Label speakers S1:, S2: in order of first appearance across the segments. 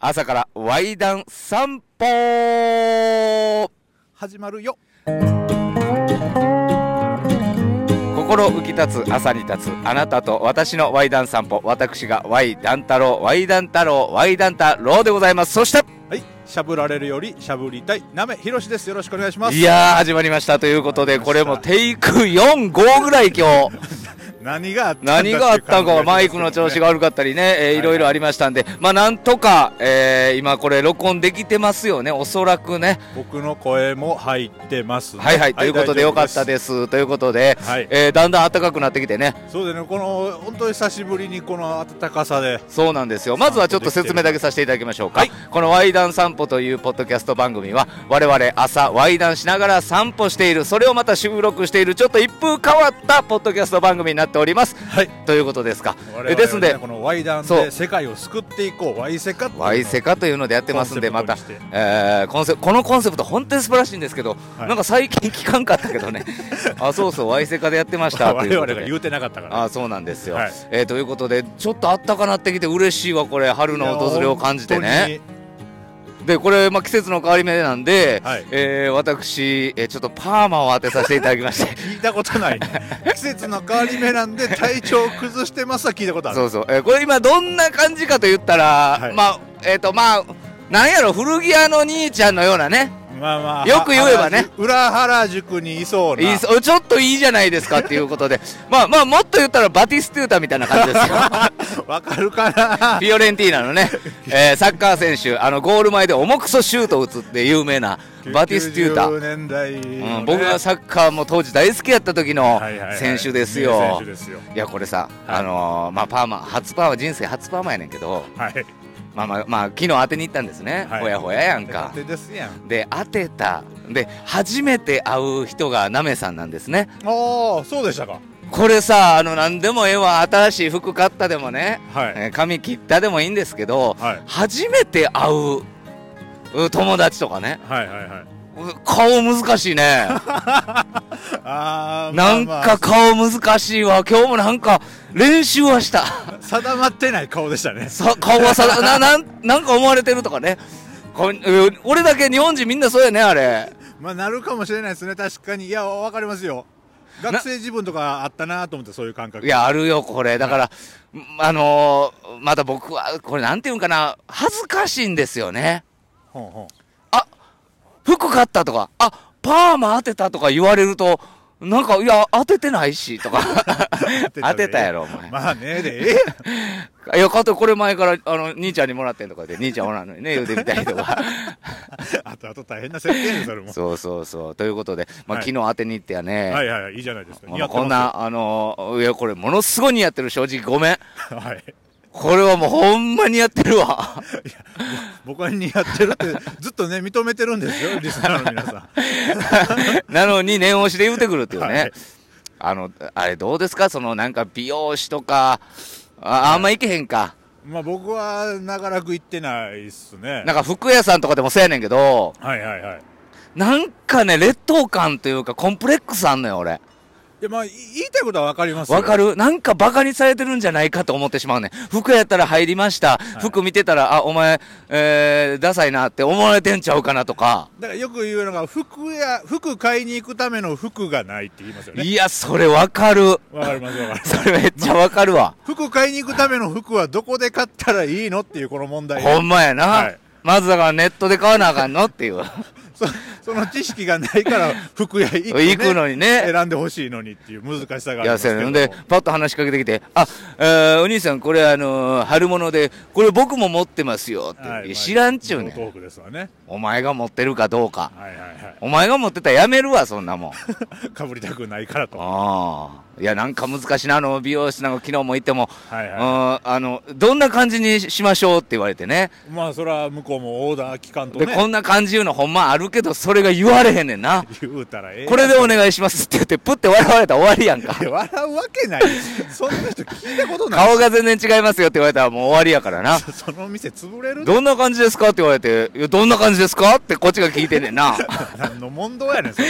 S1: 朝からワイダン散歩
S2: 始まるよ
S1: 心浮き立つ朝に立つあなたと私のワイダン散歩私がワイダン太郎ワイダン太郎ワイダン太郎でございますそして
S2: はいしゃぶられるよりしゃぶりたいなめひろしですよろしくお願いします
S1: いやー始まりましたということでこれもテイク45ぐらい今日
S2: 何があったんだっ て
S1: 何
S2: いう
S1: があったか
S2: 感じしますけどね
S1: マイクの調子が悪かったりね、えー
S2: い
S1: いろいろありましたんでまあなんとか、えー今これ録音できてますよねおそらくね
S2: 僕の声も入ってますね
S1: はいはいということでよかった
S2: す
S1: ですということで、
S2: はい
S1: えーだんだん暖かくなってきてね
S2: そうだねこの本当に久しぶりにこの暖かさで
S1: そうなんですよまずはちょっと説明だけさせていただきましょうか、
S2: はい
S1: この「ワイダン散歩」というポッドキャスト番組は我々朝ワイダンしながら散歩しているそれをまた収録しているちょっと一風変わったポッドキャスト番組になっており ます
S2: はい
S1: ということですか、
S2: 我々
S1: え
S2: はね
S1: ですんで
S2: このワイダン
S1: そう
S2: で世界を救っていこうワイセカっていうの
S1: ワイセカというのでやってますんで
S2: コ
S1: ま
S2: ンセ
S1: た
S2: プトにして、
S1: えーコンセこのコンセプト本当に素晴らしいんですけど、
S2: はい
S1: なんか最近聞かんかったけど ねあそうそうワイセカでやってましたと
S2: 我
S1: いう
S2: 々
S1: こ
S2: が
S1: とで
S2: 言うてなかったから
S1: あそうなんですよ、
S2: はい
S1: えーということでちょっとあったかなってきて嬉しいわこれ春の訪れを感じてねでこれ、まあ、季節の変わり目なんで、
S2: はい
S1: えー私、えーちょっとパーマを当てさせていただきまして
S2: 聞いたことない季節の変わり目なんで体調を崩してますは聞いた ことある
S1: そうそう、えーこれ今どんな感じかと言ったら、
S2: はい
S1: まあえっ、とまあなんやろ古着屋の兄ちゃんのようなね
S2: まあまあ
S1: よく言えばね
S2: 裏原宿にいそうない
S1: いそちょっといいじゃないですかっていうこと でまあまあもっと言ったらバティストゥータみたいな感じですよ
S2: わかるかな
S1: フィオレンティーナの ね、えーサッカー選手あのゴール前で重くそシュートを打つって有名 なバティストゥータ
S2: 90年代のね、
S1: うん、僕がサッカーも当時大好きやった時の
S2: はいはいはい
S1: 選手ですよ。
S2: 名選手ですよ
S1: いやこれさ、
S2: はい
S1: あのーまあ、パーマ初パーマ人生初パーマやねんけど
S2: はい
S1: まあまあまあ昨日当てに行ったんですね、
S2: はい
S1: ほやほややんか
S2: 手ですやん
S1: で当てたで初めて会う人がナメさんなんですね
S2: ああそうでしたか
S1: これさあの何でもええわ新しい服買ったでもね、
S2: はい
S1: えー髪切ったでもいいんですけど、
S2: はい
S1: 初めて会うう友達とかね
S2: はいはいはいう
S1: 顔難しい ね
S2: あー
S1: なん
S2: まあ
S1: か
S2: ま
S1: 顔難しいわ今日もなんか練習はした
S2: あ定まってない顔でしたね
S1: さ顔はさななんなんか思われてるとかねこんう俺だけ日本人みんなそうやねあれ
S2: まあなるかもしれないですね確かにいやわかりますよ学生自分とかあったなと思ってそういう感覚
S1: いやあるよこれだからんあのーまた僕はこれなんていうんかな恥ずかしいんですよね
S2: ほんほん
S1: あ服買ったとかあパーマ当てたとか言われるとなんかいや当ててないし とか
S2: で
S1: 当てたやろお前
S2: まあねでええ
S1: いや、かとこれ前から、あの、兄ちゃんにもらってんとかで、兄ちゃんおらんのにね、言うてみたりと か。
S2: あとあと大変な設定やねそれも。
S1: そうそうそう。ということで、まあ、
S2: はい
S1: 昨日当てに行ってやね、
S2: はいはいはい、いいじゃないですか。
S1: ま
S2: 似合
S1: あ、
S2: ってます
S1: こん。な、あの、いや、これ、ものすごい似合ってる、正直。ごめん。
S2: はい。
S1: これはもう、ほんま似合ってる わ。
S2: 僕は似合ってるって、ずっとね、認めてるんです よ、リスナーの皆さん。
S1: なのに、念押しで言うてくるっていうね。
S2: はい
S1: あの、あれ、どうですかその、なんか、美容師とか、ああんま行けへんか。
S2: まあ僕は長らく行ってないっすね。
S1: なんか、服屋さんとかでもそうやねんけど、
S2: はいはいはい。
S1: なんかね、劣等感というか、コンプレックスあんのよ、俺。
S2: で、まあい言いたいことはわかりますよ
S1: わかるなんかバカにされてるんじゃないかと思ってしまうね。服やったら入りました。服見てたら、あ、お前、えー、ダサいなって思われてんちゃうかなとか。
S2: だからよく言うのが、服や、服買いに行くための服がないって言いますよね。
S1: いや、それわかる。
S2: わかりますわかります。
S1: それめっちゃわかるわ。
S2: 服買いに行くための服はどこで買ったらいいのっていうこの問題。
S1: ほんまやな。
S2: はい
S1: まずだからネットで買わなあかんのっていう。
S2: そその知識がないから服屋行く,、
S1: 行くのにね
S2: 選んでほしいのにっていう難しさ
S1: い
S2: がありま
S1: や、
S2: す
S1: そ
S2: け
S1: う
S2: ど
S1: やねんで、パッと話しかけてきて、あ、えー、お兄さん、これあのー春物で、これ僕も持ってますよって。
S2: はい
S1: い
S2: まあ
S1: や知らんちゅうね
S2: ト
S1: ん。
S2: ークですわね
S1: お前が持ってるかどうか。
S2: はいはいは
S1: お前が持ってたらやめるわ、そんな もん。
S2: いかぶりたくないからと
S1: ああ。いや、なんか難しいな、あの、美容室なんか昨日も行っても、
S2: はいは
S1: ああの、どんな感じにしましょうって言われてね。
S2: まあそれは向こうもオーダー期間と
S1: で、
S2: ね
S1: こんな感じいうのほんまあるるけど、それが言われへんねんな。
S2: 言うたらええやん
S1: これでお願いします って言って、プって笑われたら終わりやんか
S2: い。や笑うわけないそんな人聞いたことな い
S1: 顔が全然違いますよって言われたらもう終わりやから な。
S2: その店潰れる
S1: どんな感じですかって言われて、いや、どんな感じですかってこっちが聞いてんねん な。
S2: 何の問答やねん それ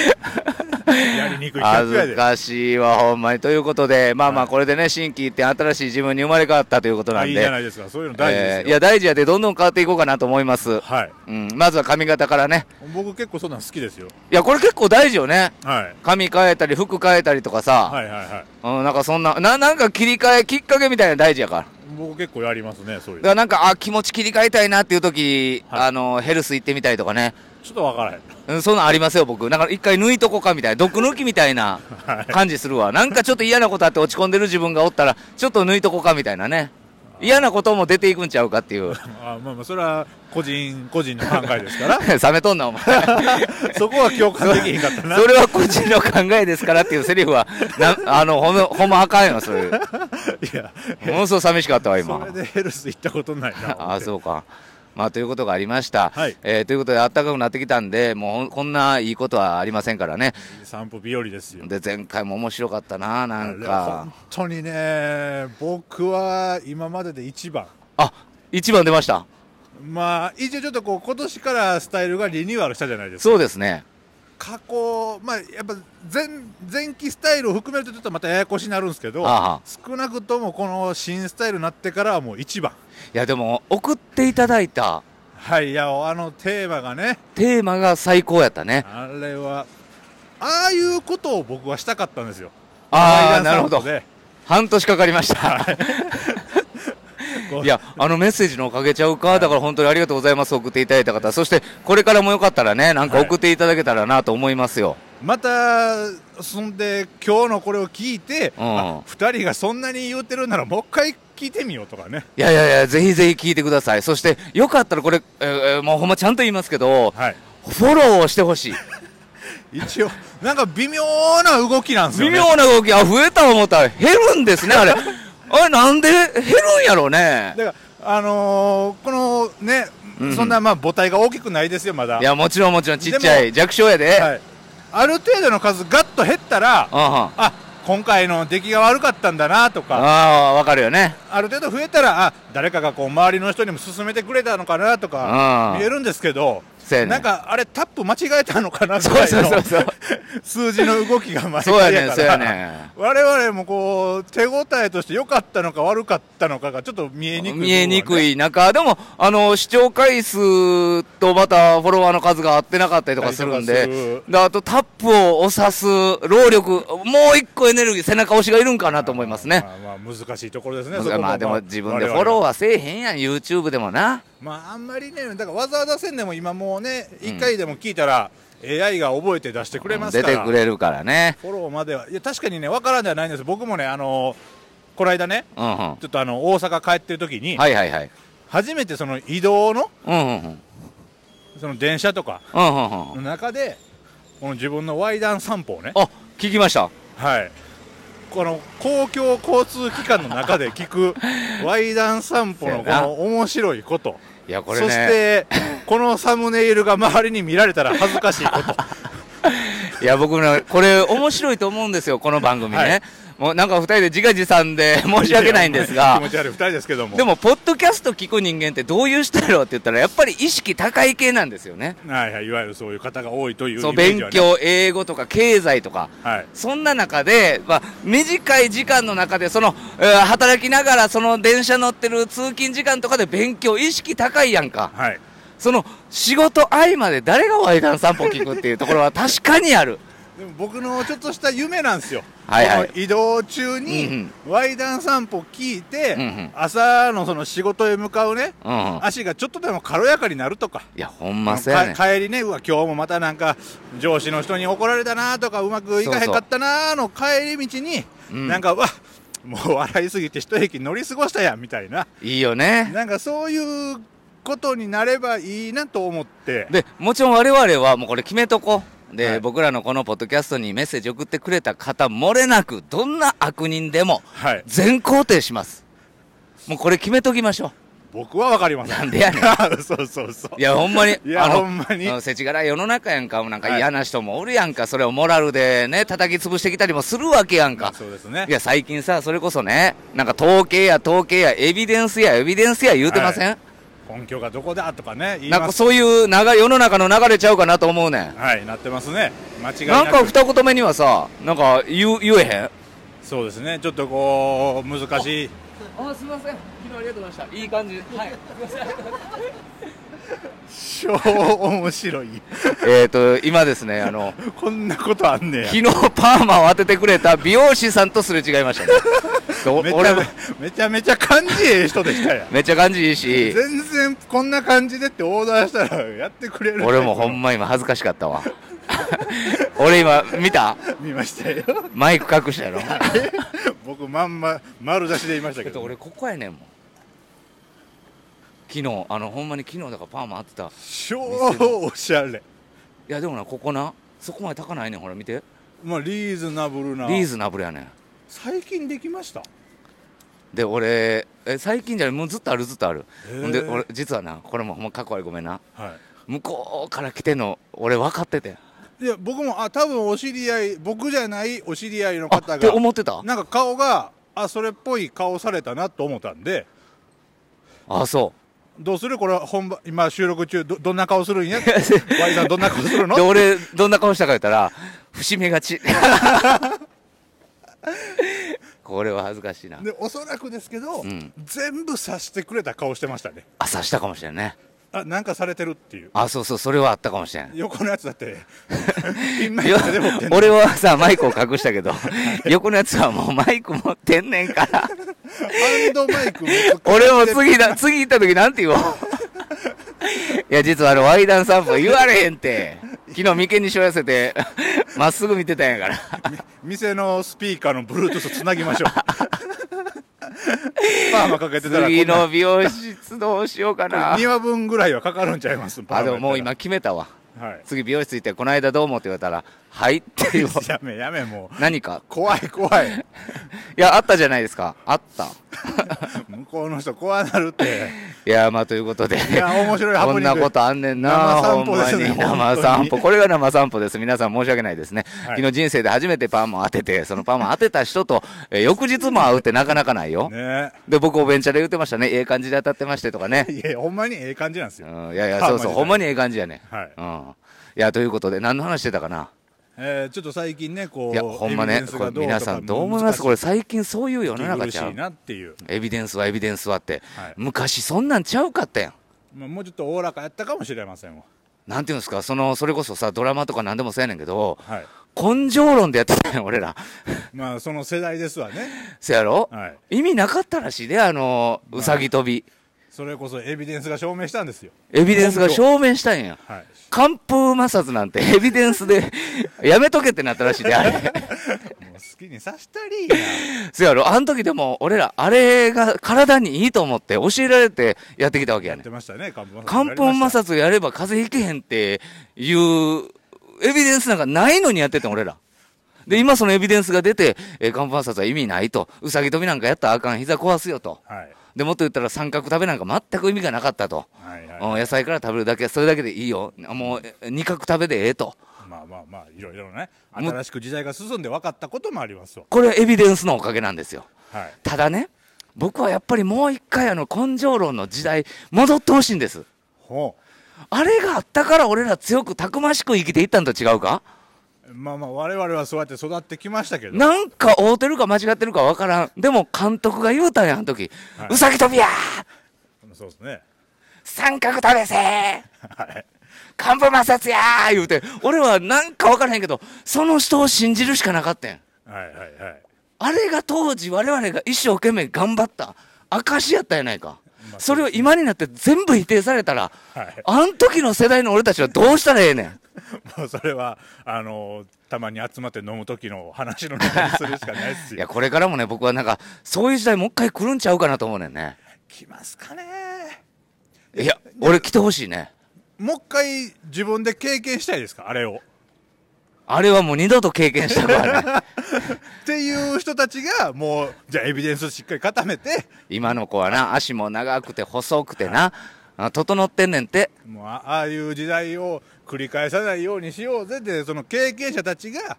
S2: やりにく
S1: 恥
S2: い客や
S1: ず
S2: で
S1: かしいわ、ほんまに。ということで、まあまあ、
S2: はい
S1: これでね、新規一点、新しい自分に生まれ変わったということな
S2: あ
S1: ん
S2: いい
S1: で。
S2: じゃないですかそういうの大事
S1: えー
S2: です
S1: い
S2: よ、
S1: や、大事やで、どんどん変わっていこうかなと思います。
S2: はい
S1: うん、まずは髪型からね。
S2: 僕結構そんなん好きですよ、
S1: いや、これ結構大事よね。
S2: はい、
S1: 髪変えたり、服変えたりとかさ、
S2: はいはいはい
S1: うん、なんかそんな、な、なんか切り替え、きっかけみたいなの大事やから。だ
S2: 僕結構やりますねそういう
S1: からなんか、あ、気持ち切り替えたいなっていう時、
S2: はい
S1: あの、ヘルス行ってみたりとかね。
S2: ちょっとわからへん
S1: うん、そんなんありますよ、僕。なんか一回抜いとこかみたいな、毒抜きみたいな
S2: はい
S1: 感じするわ。なんかちょっと嫌なことあって落ち込んでる自分がおったら、ちょっと抜いとこかみたいなね。嫌なことも出ていくんちゃうかっていう。
S2: あまあまあそれは個人個人の考えですから
S1: 冷めとんな、お 前。
S2: そこは共感できへんかったな
S1: それは個人の考えですからっていうセリフは、なあの、ほんま、ほんまあかんよ、それ。も
S2: いや
S1: のすごい寂しかったわ、
S2: そ
S1: 今
S2: れ。でヘルス行ったことないな
S1: ああ、
S2: う
S1: そうか。まあ、ということがありました。
S2: はい
S1: えーということで、暖かくなってきたんで、もうほんこんないいことはありませんからね。
S2: 散歩日和ですよ
S1: で、前回も面白かったな、なん
S2: あれ
S1: か
S2: 本。当にね僕は今までで一番
S1: あ、一番出ました。
S2: まあ一応ちょっとこう今年からスタイルがリニューアルしたじゃないですか
S1: そうですね。
S2: 過去まあやっぱ前前期スタイルを含めるとちょっとまたややこしになるんですけど
S1: ああ
S2: 少なくともこの新スタイルになってからはもう一番
S1: いや、でも、送っていただいた
S2: はいいやあのテーマがね
S1: テーマが最高やったね。
S2: あれはああいうことを僕はしたかったんですよ
S1: ああ、
S2: ワイ
S1: な
S2: ダ
S1: る
S2: ン
S1: ほ
S2: サ
S1: ど
S2: ー。で
S1: 半年かかりました。
S2: こ う
S1: いや、あのメッセージのおかげちゃうか、だから本当にありがとうございます、送っていただいた方、そしてこれからもよかったらね、なんか送っていただけたらなと思いますよ。
S2: またそんで今日のこれを聞いて、
S1: うん
S2: あ二人がそんなに言うてるならもう一回聞いてみようとかね
S1: い、やいやいや、ぜひぜひ聞いてください、そしてよかったらこれ、えーえーもうほんまちゃんと言いますけど、
S2: はい
S1: フォローをしてほしい、
S2: 一応なんか微妙な動きなんですよ
S1: 微
S2: ね
S1: 妙な動き、あ増えた思ったら減るん ですね、あれ、あれ、なんで減るんやろうね。
S2: だからあのーこのね、
S1: うん
S2: そんなまあ母体が大きくないですよまだ
S1: いや、もちろんもちろん、ちっちゃい、弱小やで、
S2: はい、ある程度の数ガッと減ったら
S1: うんうんあ
S2: あ今回の出来が悪かったんだなとか
S1: あ、わかるよね、
S2: ある程度増えたらあ誰かがこう周りの人にも勧めてくれたのかなと
S1: う
S2: か
S1: ん
S2: 見えるんですけど
S1: せやね
S2: なん
S1: ん。
S2: かあれタップ間違えたのかなぐ
S1: そう
S2: らい
S1: そうそう
S2: の
S1: そう、
S2: 数字の動きが毎
S1: そうや
S2: 回
S1: ね
S2: や
S1: ん、
S2: か
S1: そうや
S2: ら、
S1: ねん。
S2: 我々もこう手応えとして良かったのか悪かったのかがちょっと見えにくい部分はね、
S1: 見えにくい中、でも、あの、視聴回数とまたフォロワーの数が合ってなかったりとかするん
S2: 合っ
S1: で
S2: たりと
S1: で
S2: か、
S1: あとタップを押さす労力、もう一個エネルギー、背中押しがいるんかなと思いますね。
S2: まあまあ難しいところですね
S1: まあまあでも自分でフォロー
S2: ー
S1: はせえへんやん、YouTube でもな。
S2: まああんまりねだからわざわざせんでも今もうね1回でも聞いたら、AI が覚えて出してくれます
S1: 出
S2: から
S1: てくれるからね。
S2: フォローまではいや確かにね分からんではないんです僕もねあのこの間ね
S1: うんうん。は
S2: ちょっとあの大阪帰ってる時に、
S1: いはいはい。
S2: 初めてその移動の
S1: うんうんうん。
S2: その電車とか
S1: うんうんうん。
S2: の中でこの自分のワイダン散歩をね
S1: あ、聞きました。
S2: はいこの公共交通機関の中で 聞くワイダン散歩の
S1: そう
S2: こ
S1: やな
S2: の面白いこと
S1: いや、これ
S2: そし
S1: ね。
S2: てこのサムネイルが周りに見られたら恥ずかしいこと
S1: いや、僕ね、これ面白いと思うんですよ、この番組ね。
S2: はい
S1: もうなんか二人で自画自賛で 申し訳ないんですが
S2: 気。持ち悪い2人ですけども
S1: でも、ポッドキャスト聞く人間ってどういう人やろうって言ったら、やっぱり意識高い系なんですよね。
S2: はいはい、いわゆるそういう方が多いという
S1: そう、
S2: イメージ
S1: 勉
S2: はね
S1: 強、英語とか経済とか。
S2: はい
S1: そんな中で、まあ、短い時間の中で、その、えー働きながら、その電車乗ってる通勤時間とかで勉強、意識高いやんか。
S2: はい
S1: その、仕事合間で誰がワイダン散歩聞くっていうとこ ろは確かにある。
S2: でも僕のちょっとした夢なんですよ、
S1: はいはい
S2: この移動中に
S1: うん
S2: ワイダン散歩聞いて、
S1: うんうん
S2: 朝のその仕事へ向かうね、
S1: うんうん。
S2: 足がちょっとでも軽やかになるとか、
S1: いや、ほんまそうやねん
S2: か帰りね、うわ、今日もまたなんか上司の人に怒られたなとか、うまくいかへんかったなの帰り道に、
S1: うん
S2: なんか、うわもう笑いすぎて、一駅乗り過ごしたやんみたいな、
S1: いいよね。
S2: なんかそういうことになればいいなと思って、
S1: でもちろん我々はもうこれ決めとこうで、
S2: はい
S1: 僕らのこのポッドキャストにメッセージ送ってくれた方漏れなくどんな悪人でも
S2: はい、
S1: 全肯定しますもうこれ決めときましょ
S2: 僕は分かりません
S1: なんでやねん
S2: そうそうそう
S1: いやほんまに
S2: いや
S1: あの
S2: ほんまに
S1: うん世知辛い世の中やんかなんか
S2: はい
S1: 嫌な人もおるやんかそれをモラルでね叩き潰してきたりもするわけやんか
S2: そうですね
S1: いや最近さそれこそねなんか統計や統計やエビデンスやエビデンスや言うてません、
S2: 根拠がどこだとかね言い
S1: なん
S2: ま
S1: か
S2: す
S1: そういう流れ世の中の流れちゃうかなと思うねん
S2: はいなってますね間違い
S1: な
S2: なんく
S1: か二言目にはさなんか言う言えへん
S2: そうですねちょっとこう難しい
S1: あすみません昨日ありがとうございましたいい感じはい
S2: 超面白い
S1: えっと今ですねあの
S2: こんなことあんねや
S1: 昨日パーマを当ててくれた美容師さんとすれ違いま したねお
S2: めち
S1: 俺
S2: ゃ
S1: も
S2: めちゃめちゃ感じええ人でしたや
S1: めっちゃ感じいいし
S2: 全然こんな感じでってオーダーしたらやってくれる
S1: 俺もほんま今恥ずかしかったわ 俺今見た
S2: 見ましたよ
S1: マイク隠したやろ
S2: 僕まんま丸出しで言いました
S1: え
S2: け
S1: っと
S2: ど、
S1: 俺ここやねんもん昨日あのほんまに昨日だからパーマ当てたい
S2: 超おしゃれ
S1: やでもなここなそこまで高ないねんほら見て
S2: まあリーズナブルな
S1: リーズナブルやねん
S2: 最近できました
S1: で俺え最近じゃないもうずっとあるずっとある
S2: へー
S1: ほんで俺実はなこれもほんま過去あれごめんな
S2: は
S1: 向こうから来てんの俺分かってて
S2: いいや僕もあ多分お知り合い僕じゃないお知り合いの
S1: あ
S2: 方
S1: って
S2: が
S1: 思ってた
S2: なんか顔があそれっぽい顔されたなと思ったんで
S1: あそう
S2: どうするこれは本番今収録中どどんな顔する んやワイさんどんな顔するの
S1: で俺どんな顔したか言ったら節目が ちこれは恥ずかしいな
S2: でおそらくですけど、
S1: ん
S2: 全部察してくれた顔してましたね
S1: 朝したかもしれんね
S2: あなんかされてるっていう
S1: あそうそうそれはあったかもしれん
S2: 横のやつだって ピンマイクでもってんの
S1: 俺はさマイクを隠したけ ど横のやつはもうマイク持ってんねんから
S2: ハンドマイクも使って
S1: 俺も次だ次行った時なんて言おういや実はあのワイダン散歩言われへんって昨日眉間にしわ寄せてまっすぐ見てたんやから
S2: 店のスピーカーの Bluetooth つなぎま しょうパーマかけてたら
S1: 次
S2: こんな
S1: の美容室どうしようかな
S2: 2話分ぐらいはかかるんちゃいますパー
S1: あ
S2: マ
S1: で
S2: や
S1: も
S2: ったら
S1: もう今決めたわ
S2: はい
S1: 次美容室行って「この間どう思う?」って言われたら「はい」って言う
S2: やめやめもう
S1: 何か
S2: 怖い怖 い
S1: いやあったじゃないですかあった
S2: 向こうの人怖なるって
S1: いやまあということで
S2: いや面白いハプニ
S1: こ
S2: ン
S1: ん
S2: グ
S1: なことあんねんな
S2: 生散歩ですね
S1: ほんまに生
S2: 本当に
S1: 散歩これが生散歩です皆さん申し訳ないですね、
S2: はい
S1: 昨日人生で初めてパンも当ててそのパンも当てた人と、えー翌日も会うってなかなかないよ、
S2: ね
S1: で僕おベンチャーで言ってましたねええ感じで当たってましてとかね
S2: えいやほんまにええ感じなんですよ、
S1: うんいやいや
S2: パン
S1: そ
S2: マ
S1: うそう
S2: 自体
S1: ほんまにええ感じやね、
S2: はい
S1: うんいやということで何の話してたかな
S2: えーちょっと最近ねこう
S1: いやほんまねこれ皆さんどう思いますこ
S2: れ
S1: れ最近そういう世の中
S2: 苦
S1: ち
S2: し
S1: ゃう
S2: いなっていう、
S1: エビデンスはエビデンスはって、
S2: はい
S1: 昔そんなんちゃうかったやん
S2: まあ、もうちょっとおおらかやったかもしれませんわ
S1: なんていうんですかそのそれこそさドラマとか何でもそうやねんけど
S2: はい
S1: 根性論でやってたやん俺ら
S2: まあその世代ですわね
S1: せやろ、
S2: はい
S1: 意味なかったらしいであのうさぎ跳び、
S2: それこそエビデンスが証明したんですよ
S1: エビデンスが証明したんや
S2: はい
S1: 寒風摩擦なんて エビデンスでやめとけってなったらしいであれ
S2: もう好きにさしたりや
S1: せやろあの時でも俺らあれが体にいいと思って教えられてやってきたわけやねん
S2: ってましたね漢方摩
S1: 漢方摩擦やれば風邪ひけへんっていうエビデンスなんかないのにやってて俺ら。で、今そのエビデンスが出て、えー、漢方摩擦は意味ないと。うさぎ跳びなんかやったらあかん。膝壊すよと。
S2: はい
S1: で、もっと言ったら三角食べなんか全く意味がなかったと。
S2: はいはい
S1: うん野菜から食べるだけ、それだけでいいよ。もう、え二角食べでええと。
S2: まあまあまあいろいろね新しく時代が進んで分かったこともありますわ
S1: これはエビデンスのおかげなんですよ。
S2: はい
S1: ただね、僕はやっぱりもう一回あの根性論の時代、戻ってほしいんです。
S2: ほ
S1: あれがあったから俺ら強くたくましく生きていったんと違うか
S2: うまあまあ我々はそうやって育ってきましたけど
S1: なんか合うてるか間違ってるかわからん。でも監督が言うたんや、あの時。
S2: はいう
S1: さぎ跳びやー
S2: そうですね
S1: 三角食べせー
S2: はい
S1: 幹部摩擦やー言うて、俺はなんかわからへんけど、その人を信じるしかなかったん。
S2: はいはいはい
S1: あれが当時我々が一生懸命頑張った証やったやないか
S2: ま。あ
S1: それを今になって全部否定されたら、
S2: はい
S1: あん時の世代の俺たちはどうしたらええね ん。
S2: もうそれはあのたまに集まって飲む時の話のネタにするしかないっす
S1: い
S2: よ
S1: や、これからもね、僕はなんか、そういう時代もう一回来るんちゃうかなと思うねんね。
S2: 来ますかね
S1: いや、俺来てほしいね。
S2: もう一回自分で経験したいですかあれを
S1: あれはもう二度と経験したからない
S2: っていう人たちがもうじゃあエビデンスしっかり固めて
S1: 今の子はな足も長くて細くてなあ整ってんねんて
S2: もうあああいう時代を繰り返さないようにしようぜってその経験者たちが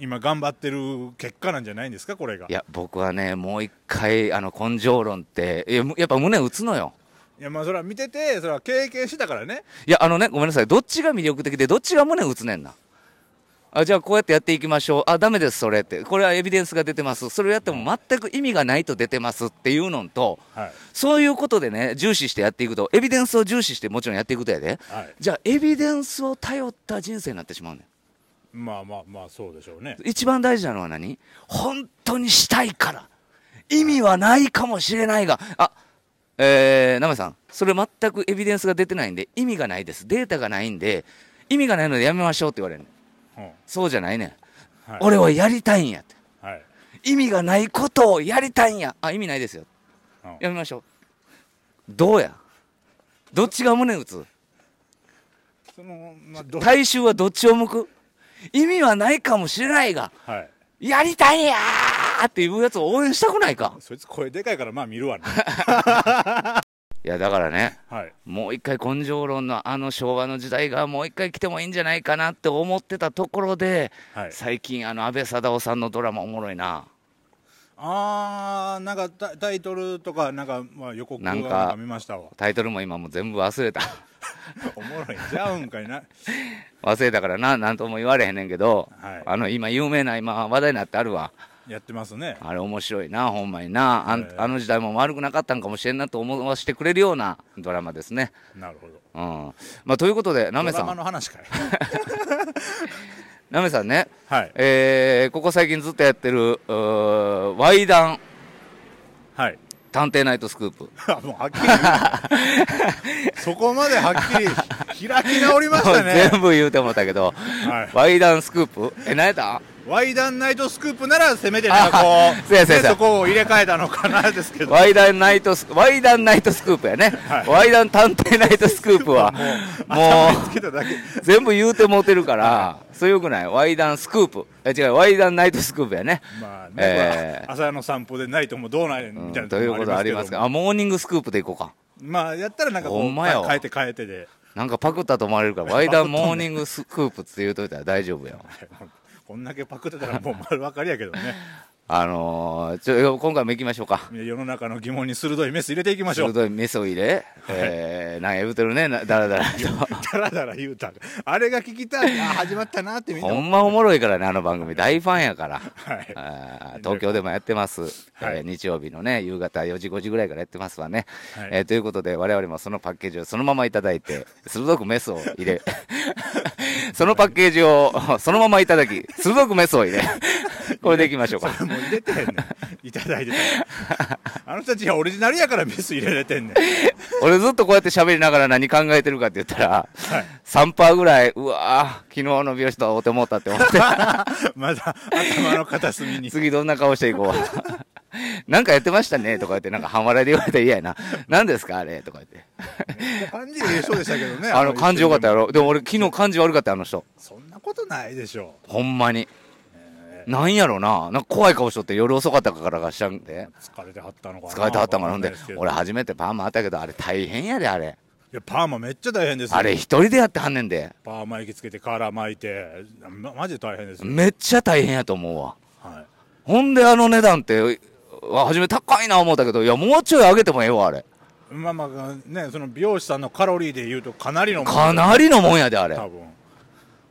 S2: 今頑張ってる結果なんじゃないんですかこれが
S1: いや僕はねもう一回あの根性論っていややっぱ胸打つのよ
S2: いやまあそれは見ててそれは経験してたからね
S1: いやあのねごめんなさいどっちが魅力的でどっちが胸打つねんなあじゃあこうやってやっていきましょうあダメですそれってこれはエビデンスが出てますそれをやっても全く意味がないと出てますっていうのと
S2: はい
S1: そういうことでね重視してやっていくとエビデンスを重視してもちろんやっていくとやで
S2: はい
S1: じゃあエビデンスを頼った人生になってしまうねん
S2: まあまあまあそうでしょうね
S1: 一番大事なのは何本当にしたいから意味はないかもしれないがあえー、ナメさんそれ全くエビデンスが出てないんで意味がないですデータがないんで意味がないのでやめましょうって言われるの
S2: うん
S1: そうじゃないねん、
S2: はい
S1: 俺はやりたいんやって
S2: はい
S1: 意味がないことをやりたいんやあ意味ないですよ
S2: うん
S1: やめましょうどうやどっちが胸打つ
S2: そのまあど
S1: 大衆はどっちを向く意味はないかもしれないが
S2: はい
S1: やりたいんやーっていうやつを応援したくないか
S2: そいつ声でかいからまあ見るわね
S1: いやだからね
S2: はい
S1: もう一回根性論のあの昭和の時代がもう一回来てもいいんじゃないかなって思ってたところで、
S2: はい
S1: 最近あの安倍貞夫さんのドラマおもろいな
S2: ああなんかタタイトルとかなんかまあ予告は
S1: なんか
S2: なんか見ましたわ
S1: タイトルも今もう全部忘れた
S2: おもろいんちゃうんかいな
S1: 忘れたからな何とも言われへんねんけど、
S2: はい
S1: あの今有名な今話題になってあるわ
S2: やってますね
S1: あれ面白いなほんまになあん、
S2: ええ
S1: あの時代も悪くなかったんかもしれんなと思わせてくれるようなドラマですね
S2: なるほど
S1: うんまあということでナメ
S2: ド
S1: さ
S2: ラマ
S1: ん
S2: の話かい
S1: ナメさんね
S2: はい
S1: えーここ最近ずっとやってるうーワイダン
S2: はい
S1: 探偵ナイトスクープ
S2: もうはっきり言うなそこまではっ きり開き直りましたね
S1: 全部言うてもったけど、
S2: はい
S1: ワイダンスクープえ何やった
S2: ワイダンナイトスクープならせめてなんかこ
S1: あ
S2: う
S1: そうやそうやそ
S2: ね
S1: うや
S2: そこを入れ替えたのかなですけど
S1: ワイダンナイトスワイダンナイトスクープやね、
S2: はい
S1: ワイダン探偵ナイトスクープはも
S2: つけただけ
S1: う全部言うてもうてるからそれよくないワイダンスクープえ違うワイダンナイトスクープやね
S2: まあね、
S1: えー
S2: これ朝の散歩でないともどうないみたいな
S1: ということあります
S2: けど
S1: があモーニングスクープでいこうか
S2: まあやったらなんかこ
S1: ほ
S2: うん
S1: まやわ
S2: 変えて変えてで
S1: なんかパクったと思われるからワイダンモーニングスクープって言うといたら大丈夫よ
S2: こんだけパクってたらもう丸分かりやけど ね
S1: あのー、ちょ今回も行きましょうか
S2: 世の中の疑問に鋭いメス入れていきましょう
S1: 鋭いメスを入れ、えー、なんや言うてるねなだらだ らと。
S2: だらだら言うたあれが聞きたいあ始まったなってみんな
S1: ほんまおもろいからね、あの番組、大ファンやから、
S2: はい
S1: あー東京でもやってます、
S2: はい
S1: えー日曜日のね、夕方4時、5時ぐらいからやってますわね。
S2: はい
S1: えーということで、我々もそのパッケージをそのままいただいて、鋭くメスを入 れ、そのパッケージをそのままいただき、鋭くメスを 入れ、これでいきましょうか。
S2: もう入れてへんねんいただいてたあの人たちはオリジナルやからメス入れれ てんねん
S1: 俺ずっとこうやって喋りながら何考えてるかって言ったら、
S2: はい
S1: 3パーぐらい、うわー昨日の美容師と会おうて思ったって思って。
S2: まだ頭の片 隅に
S1: 次どんな顔していこう。 なんかやってましたねとか言って、なんか半笑いで言われたら嫌やな。何ですかあれとか言って。
S2: 感じでそうでしたけどね
S1: あの、感じ良かったやろ。でも俺昨日感じ悪かったよあの人。
S2: そんなことないでしょ
S1: ほんまに。なんやろな。なんか怖い顔しとって夜遅かったからがしちゃうんで。
S2: 疲れてはったのかな
S1: 疲れてはったんかな。
S2: わ
S1: ほん
S2: ない
S1: で
S2: ですけ、ど
S1: 俺初めてパーマあったけど、あれ大変やで、あれ。
S2: いやパーマめっちゃ大変ですよ
S1: あれ一人でやってはんねんで。
S2: パーマ液つけてカーラー巻いてまマジで大変ですよ、
S1: めっちゃ大変やと思うわ。
S2: はい、
S1: ほんであの値段って、あ初め高いな思ったけど、いや、もうちょい上げてもええわ、あれ。
S2: まあまあねその美容師さんのカロリーで言うとかなりの
S1: かなりのもんやで、あれ。
S2: 多分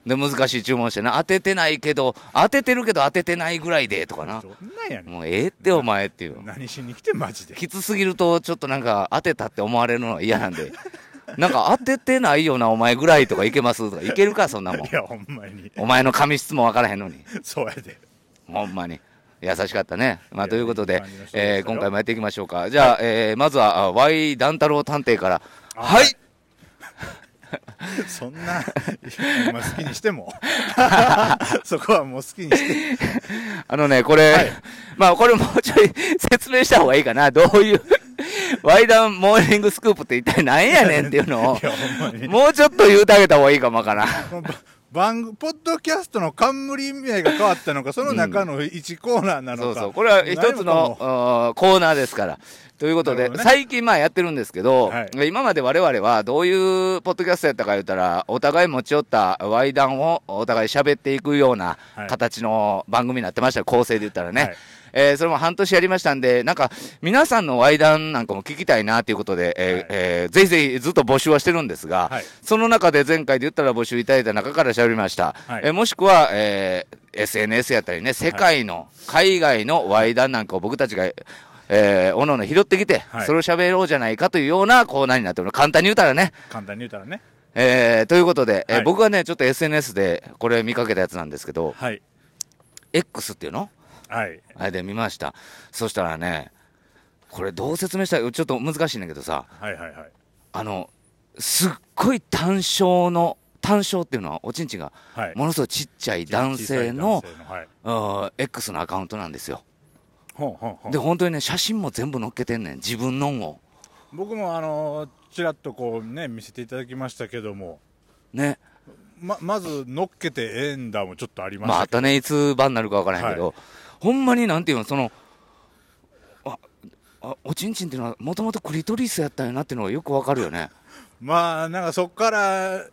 S1: で難しい注文してな当ててないけど当ててるけど当ててないぐらいでとかな
S2: どんなんやねん
S1: もうええってお前っていう
S2: 何しに来てマジで
S1: きつすぎるとちょっとなんか当てたって思われるのは嫌なん でなんか当ててないよなお前ぐらいとかいけますとかいけるかそんなもん
S2: いやほんまに
S1: お前の髪質もわからへんのに
S2: そうやで
S1: ほんまに優しかったねまあ
S2: いや
S1: ということ
S2: いい
S1: で
S2: 感じの人でしたよ
S1: えー今回もやっていきましょうかじゃあえーまずはあ Y 団太郎探偵から
S2: あ
S1: はい
S2: そんなまあ好きにしても そこはもう好きにして
S1: あのね、これ、 まあこれもうちょい 説明した方がいいかな。どういう、 ワイダンモーニングスクープって一体何やねんっていうのを
S2: いやほんまに、
S1: もうちょっと言うてあげた方がいいかもわからん。
S2: もうパ番組ポッドキャストの冠名が変わったのか、その中の1コーナーな
S1: そ
S2: の
S1: う
S2: か。
S1: そう。これは一つ
S2: 何も
S1: の
S2: かも
S1: うんコーナーですから。ということ
S2: な
S1: で、
S2: るほどね
S1: 最近まあやってるんですけど、
S2: は
S1: 今まで我々はどういうポッドキャストやったか言ったら、お互い持ち寄ったワイダンをお互い喋っていくような
S2: はい
S1: 形の番組になってましたよ、構成で言ったらね。
S2: はい
S1: えーそれも半年やりましたんで、なんか、皆さんのワイダンなんかも聞きたいなということで、えー
S2: はい
S1: えーぜひぜひずっと募集はしてるんですが、
S2: はい
S1: その中で前回で言ったら募集いただいた中から喋りました。
S2: はい
S1: えーもしくは、えー SNS やったりね、世界の、海外のワイダンなんかを僕たちが、えー、おのおの拾ってきて、
S2: はい
S1: それを喋ろうじゃないかというようなコーナーになっておる。簡単に言うたらね。
S2: 簡単に言うたらね。
S1: えーということで、えー
S2: はい
S1: 僕はね、ちょっと SNS でこれ見かけたやつなんですけど、
S2: はい。
S1: X っていうの
S2: はい。
S1: あれで見ました。そしたらね、これどう説明したらちょっと難しいんだけどさ、
S2: はいはいはい。
S1: あの、すっごい単小の、単小っていうのはおちんちんが
S2: はい。
S1: ものすごいちっちゃい男性の
S2: 小、さい男性はい。
S1: うん X のアカウントなんですよ。
S2: ほんほんほん
S1: で、本当にね、写真も全部載っけてんねん。自分のんを。
S2: 僕もあのちらっとこうね見せていただきましたけども
S1: ね。
S2: ままず乗っけてええんだもちょっとありまし
S1: まあ、あ
S2: た
S1: っ
S2: けど、
S1: たね、いつ番になるかわからへんけど、ほんまになんていうの、その、あ、あおちんちんっていうのはもともとクリトリスやったんやなっていうのがよくわかるよね。
S2: まあ、なんかそっから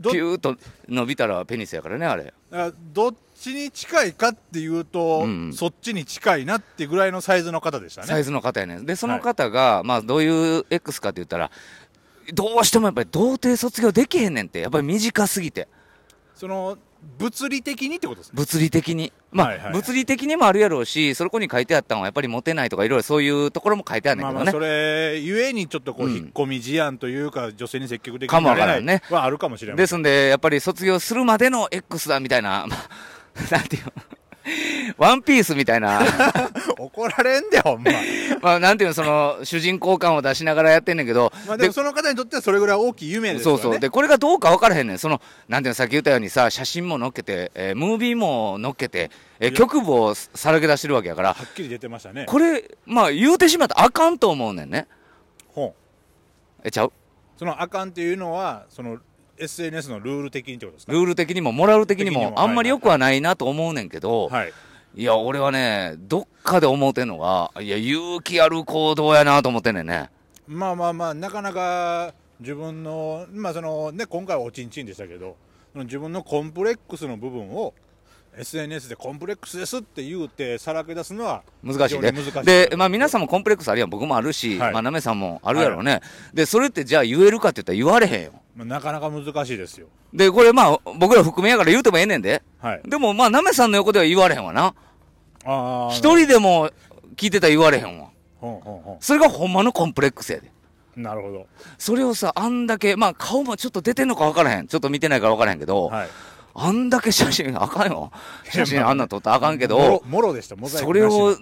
S2: ど
S1: ピューっと伸びたらペニスやからね、あれ。
S2: あどっちに近いかっていうと、
S1: うんうん
S2: そっちに近いなってぐらいのサイズの方でした
S1: サ
S2: ね
S1: イズの方やねんでその方が、まあどういう X かって言ったらどうしてもやっぱり童貞卒業できへんねんってやっぱり短すぎて
S2: その物理的にってことですね
S1: 物理的にまあ、
S2: はいはいはい
S1: 物理的にもあるやろうしそこに書いてあったのはやっぱりモテないとかいろいろそういうところも書いてあるんだ
S2: ま
S1: け
S2: あま
S1: どね、
S2: あそれゆえにちょっとこう、
S1: うん
S2: 引っ込み思案というか女性に積極的
S1: か
S2: に
S1: もわ
S2: な
S1: から
S2: れ
S1: ん
S2: な
S1: ね
S2: いはあるかもしれま
S1: で
S2: せ
S1: す
S2: ん
S1: んでやっぱり卒業するまでの X だみたいな、 まあ、なんていうのワンピースみたいな
S2: 怒られんでほんま
S1: まあなんていうのその主人公感を出しながらやってんねんけど、
S2: まあでもその方にとってはそれぐらい大きい夢ですよ
S1: そう
S2: ね
S1: そう。で、これがどうか分からへんねん。その、なんていうの、さっき言ったようにさ、写真も載っけて、えームービーも載っけて、えー
S2: いや
S1: 局部をさらけ出してるわけやから、
S2: はっきり出てましたね
S1: これ、まあ言うてしまったらあかんと思うねんね。
S2: 本
S1: え、ちゃう
S2: そのあかんっていうのはその SNS のルール的にってことですか
S1: ルール的にもモラル的に
S2: 的に
S1: も
S2: も
S1: あんまり良くはないなと思うねんけど、
S2: はい
S1: いや、俺はね、どっかで思うてんのが、いや、勇気ある行動やなと思ってんねんね。
S2: まあまあまあなかなか自分のまあそのね今回はおちんちんでしたけどその自分のコンプレックスの部分を SNS でコンプレックスですって言うてさらけ出すのは
S1: 難しいね
S2: 非常に難しい
S1: で、まあ皆さんもコンプレックスあるやん。僕もあるし、
S2: はい
S1: まあなめさんもあるやろうね。で、それってじゃあ言えるかって言ったら言われへんよ。
S2: まあなかなか難しいですよ
S1: で、これまあ、僕ら含めやから言うてもええねんで。
S2: はい
S1: でもまあ、ナメさんの横では言われへんわな。
S2: ああ
S1: 一人でも聞いてたら言われへんわ。
S2: ほんほんほ
S1: それがほんまのコンプレックスやで。
S2: んなるほ
S1: それをさ、あんだけ、まあ顔もちょっと出てんのか分からへん。ちょっと見てないから分からへんけど、
S2: どはい
S1: あんだけ写真、あかんよ。写真あんなん撮ったらあかんけ
S2: も
S1: ど
S2: ろ、もろでしたモザイク
S1: それを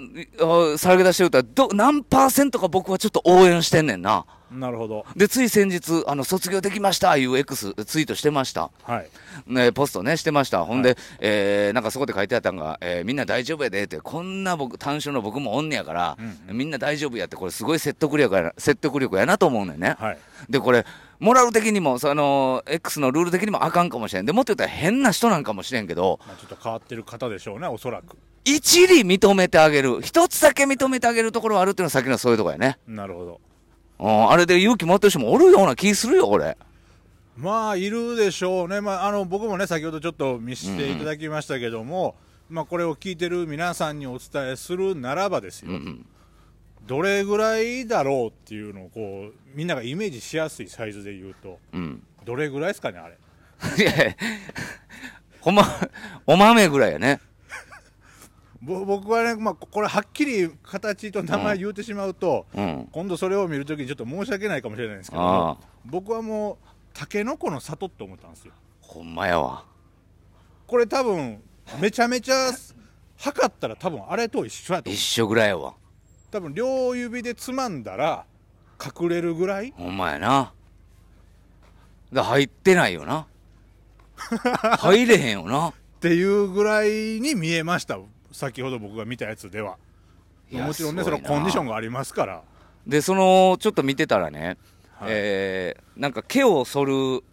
S1: あさらけ出してるとど、何パーセントか僕はちょっと応援してんねんな。
S2: なしなるほど
S1: で、つい先日、あの、卒業できました、いう X ツイートしてました。
S2: はい
S1: ね、ポストね、してました。ほんで、えーなんかそこで書いてあったんが、えーみんな大丈夫やでって、こんな僕、単勝の僕もおんねやから、みんな大丈夫やって、これすごい説得力やな、説得力やなと思うのよね。
S2: はい
S1: で、これ、モラル的にも、その、X のルール的にもあかんかもしれん。で、もっと言ったら変な人なんかもしれんけど、
S2: まあちょっと変わってる方でしょうねおそらく
S1: 一理認めてあげる。一つだけ認めてあげるところはあるっていうのはさっきのそういうとこやね。
S2: なるほど
S1: うん、あれで勇気持ってる人もおるような気するよ、俺。
S2: まあいるでしょうね、まあ、あの僕もね先ほどちょっと見せていただきましたけども、まあ、これを聞いてる皆さんにお伝えするならばですよ、どれぐらいだろうっていうのをこうみんながイメージしやすいサイズで言うと
S1: うん。
S2: どれぐらいですかねあれ
S1: いやいや、ほんま、お豆ぐらいやね。
S2: ぼ僕はね、まあ、ここれはっきり形と名前言うてしまうと、
S1: うん。
S2: 今度それを見るときにちょっと申し訳ないかもしれないんですけど
S1: ああ
S2: も僕はもうたけのこの里って思ったんですよ
S1: ほんまやわ。
S2: これ多分めちゃめちゃ測ったら多分あれと一緒やと思う
S1: 一緒ぐらいやわ。
S2: 多分両指でつまんだら隠れるぐらい
S1: ほんまやな。だ入ってないよな。入れへんよな。
S2: っていうぐらいに見えました先ほど僕が見たやつではい
S1: や
S2: もちろんね
S1: す
S2: そ
S1: ご
S2: の
S1: いな
S2: コンディションがありますから
S1: で、その、ちょっと見てたらね、
S2: はい
S1: えー、なんか毛を剃る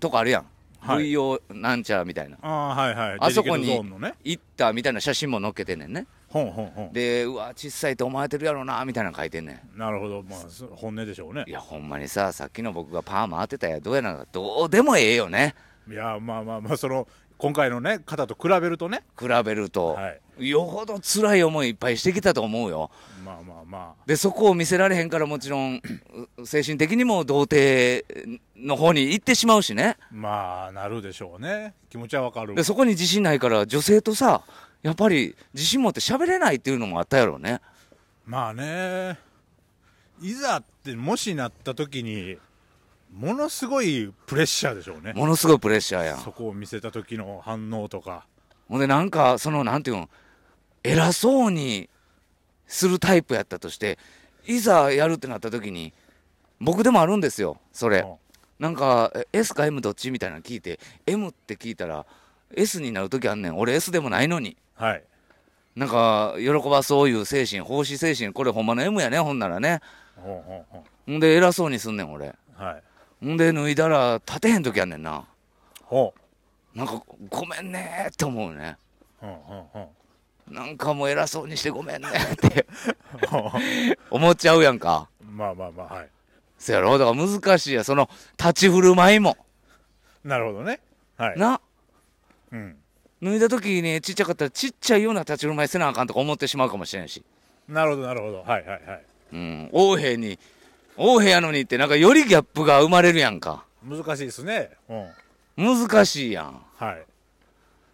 S1: とこあるやん。
S2: はい
S1: VO なんちゃらみたいな、
S2: ああーはいはい
S1: あそこ
S2: デリケ
S1: に
S2: ートゾーンのね
S1: 行ったみたいな写真も載っけてんねんね
S2: ほんほんほん
S1: でうわ小さいと思われてるやろうなみたいなの書いてんねん
S2: なるほどまあそ本音でしょうね
S1: いやほんまにささっきの僕がパーマ当てたやどうやなんかどうでもええよね
S2: いやまあまあまあその今回のね方と比べるとね
S1: 比べると、
S2: はい
S1: よほど辛い思いいっぱいしてきたと思うよ
S2: まあまあまあ
S1: でそこを見せられへんからもちろんう精神的にも童貞の方に行ってしまうしね
S2: まあなるでしょうね気持ちはわかる
S1: でそこに自信ないから女性とさやっぱり自信持って喋れないっていうのもあったやろうね
S2: まあねいざってもしなった時にものすごいプレッシャーでしょうね
S1: ものすごいプレッシャーやん
S2: そこを見せた時の反応とか
S1: ほんでなんかそのなんていうん偉そうにするタイプやったとしていざやるってなった時に僕でもあるんですよそれ
S2: うん
S1: なんかえ S か M どっちみたいなの聞いて M って聞いたら S になる時あんねん俺 S でもないのに
S2: はい
S1: なんか喜ばそういう精神奉仕精神これほんまの M やねほんならね
S2: ほんほんほん
S1: ほんで偉そうにすんねん俺
S2: はい
S1: ほんで脱いだら立てへん時あんねんな
S2: ほ
S1: なんかごめんねーって思うね
S2: うほんほんほん
S1: なんかもう偉そうにしてごめんねーって
S2: ほ
S1: 思っちゃうやんか。
S2: んまあまあまあはい
S1: そやろだから難しいやんその立ち振る舞いも。
S2: なるほどねはい
S1: な
S2: うん
S1: 脱いだ時にちっちゃかったらちっちゃいような立ち振る舞いせなあかんとか思ってしまうかもしれんし。
S2: なるほどなるほどはいはいはい
S1: うん。王兵に、王兵やのにってなんかよりギャップが生まれるやんか。
S2: 難しいですねうん
S1: 難しいやん。
S2: はい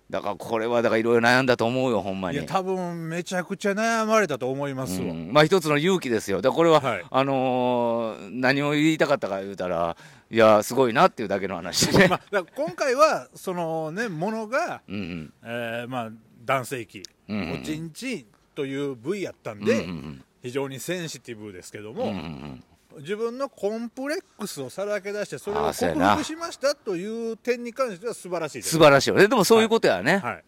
S1: だからこれはだからいろいろ悩んだと思うよ、ほんま
S2: い
S1: に。
S2: や多分めちゃくちゃ悩まれたと思いますわ、
S1: うんまあ一つの勇気ですよ。だからこれは、
S2: はい
S1: あのー何を言いたかったか言うたら、いや、すごいなっていうだけの話でね。
S2: まあ、だから今回はそのねものが、
S1: うんうん。
S2: えーまあ、男性器、
S1: うんうんうん
S2: おちんちんという部位やったん
S1: うんう
S2: で、
S1: ん
S2: 非常にセンシティブですけど
S1: うん。うんう
S2: も、
S1: ん
S2: 自分のコンプレックスをさらけ出してそれを
S1: あーそう
S2: 克
S1: やな
S2: 服しましたという点に関しては素晴らしいです
S1: 素晴らしいよね。でもそういうことやね。
S2: はい、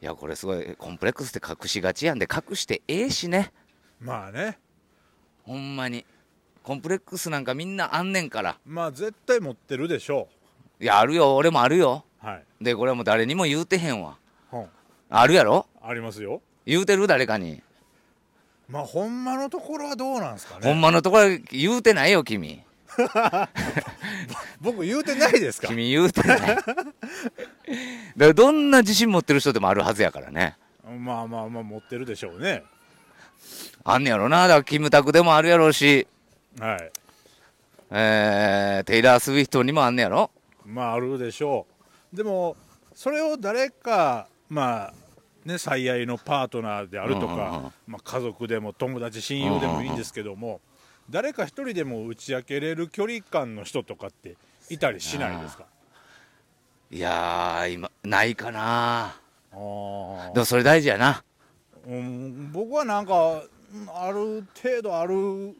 S1: いやこれすごいコンプレックスって隠しがちやんで隠してええしね
S2: まあね
S1: ほんまにコンプレックスなんかみんなあんねんから
S2: まあ絶対持ってるでしょ
S1: いやあるよ俺もあるよ
S2: うはい
S1: でこれはもう誰にも言うてへんわ
S2: 本
S1: あるやろ
S2: ありますよ
S1: 言うてる誰かに、
S2: まあほんまのところはどうなんですか
S1: ほん
S2: ね
S1: まのところ言うてないよ君
S2: 僕言うてないですか
S1: 君言うて ないだからどんな自信持ってる人でもあるはずやからね
S2: まあまあまあ持ってるでしょうね
S1: あんねやろなだからキムタクでもあるやろうし、
S2: はい
S1: えー、テイラー・スウィフトにもあんねやろ
S2: まああるでしょうでもそれを誰かまあね最愛のパートナーであると
S1: うんうんうん
S2: か、まあ、家族でも友達親友でもいいんですけども、誰か一人でも打ち明けれる距離感の人とかっていたりしないですか
S1: いやー今ないかな
S2: あー
S1: でもそれ大事やな
S2: うん、僕はなんかうんある程度ある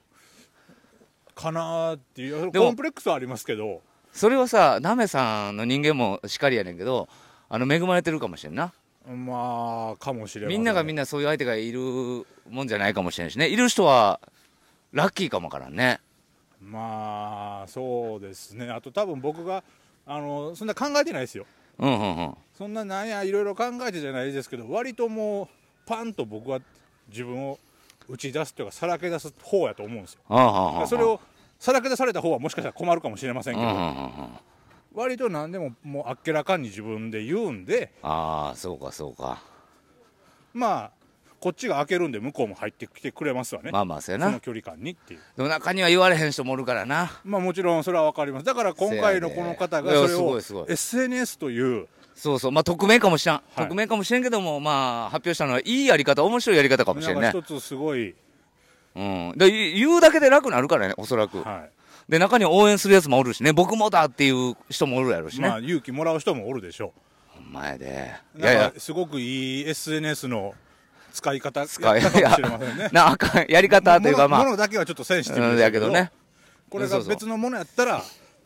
S2: かなっていう
S1: でも
S2: コンプレックスはありますけど
S1: それはさナメさんの人間もしかりやねんけどあの恵まれてるかもしれんな
S2: まあかもしれない、
S1: みんながみんなそういう相手がいるもんじゃないかもしれんしねいる人はラッキーかもわからんね
S2: まあそうですねあと多分僕があのそんな考えてないですよ
S1: うんうんうん
S2: そんななんやいろいろ考えてじゃないですけど割ともうパンと僕は自分を打ち出すというかさらけ出す方やと思うんですよ
S1: ああ
S2: だ
S1: あ
S2: か
S1: あ
S2: らそれをさらけ出された方はもしかしたら困るかもしれません
S1: うん
S2: け
S1: うん
S2: ど、
S1: うんうん
S2: 割と何でももうあっけらかんに自分で言うんで
S1: ああそうかそうか
S2: まあこっちが開けるんで向こうも入ってきてくれます わね、
S1: まあまあそうや
S2: その
S1: な
S2: 距離感にっていう
S1: でも中には言われへん人もおるからな
S2: まあもちろんそれは分かりますだから今回のこの方が
S1: せや
S2: そ
S1: ねい
S2: れを
S1: やすごいすごい
S2: SNS という
S1: そうそうまあ匿名かもしらん、
S2: い
S1: 匿名かもしれんけどもまあ発表したのはいいやり方面白いやり方かもし
S2: な
S1: れ
S2: ん
S1: ん
S2: か
S1: ね
S2: 一つすごい、
S1: うんで言うだけで楽なるからねおそらく
S2: は
S1: で中には応援するやつもおるしね僕もだっていう人もおるやろ
S2: い
S1: しね、
S2: まあ、勇気もらう人もおるでしょ
S1: ほんまやで
S2: う
S1: いやい
S2: なん
S1: や
S2: かすごくいい SNS の使い方やったか
S1: 使
S2: も
S1: い
S2: しれませんね
S1: なあかんやり方というかま
S2: も
S1: あ
S2: のだけはちょっとセンシ
S1: う
S2: ティブ
S1: ん
S2: です
S1: や
S2: け
S1: け
S2: ど
S1: どね
S2: これ
S1: そ
S2: が
S1: うそう
S2: 別のものやったら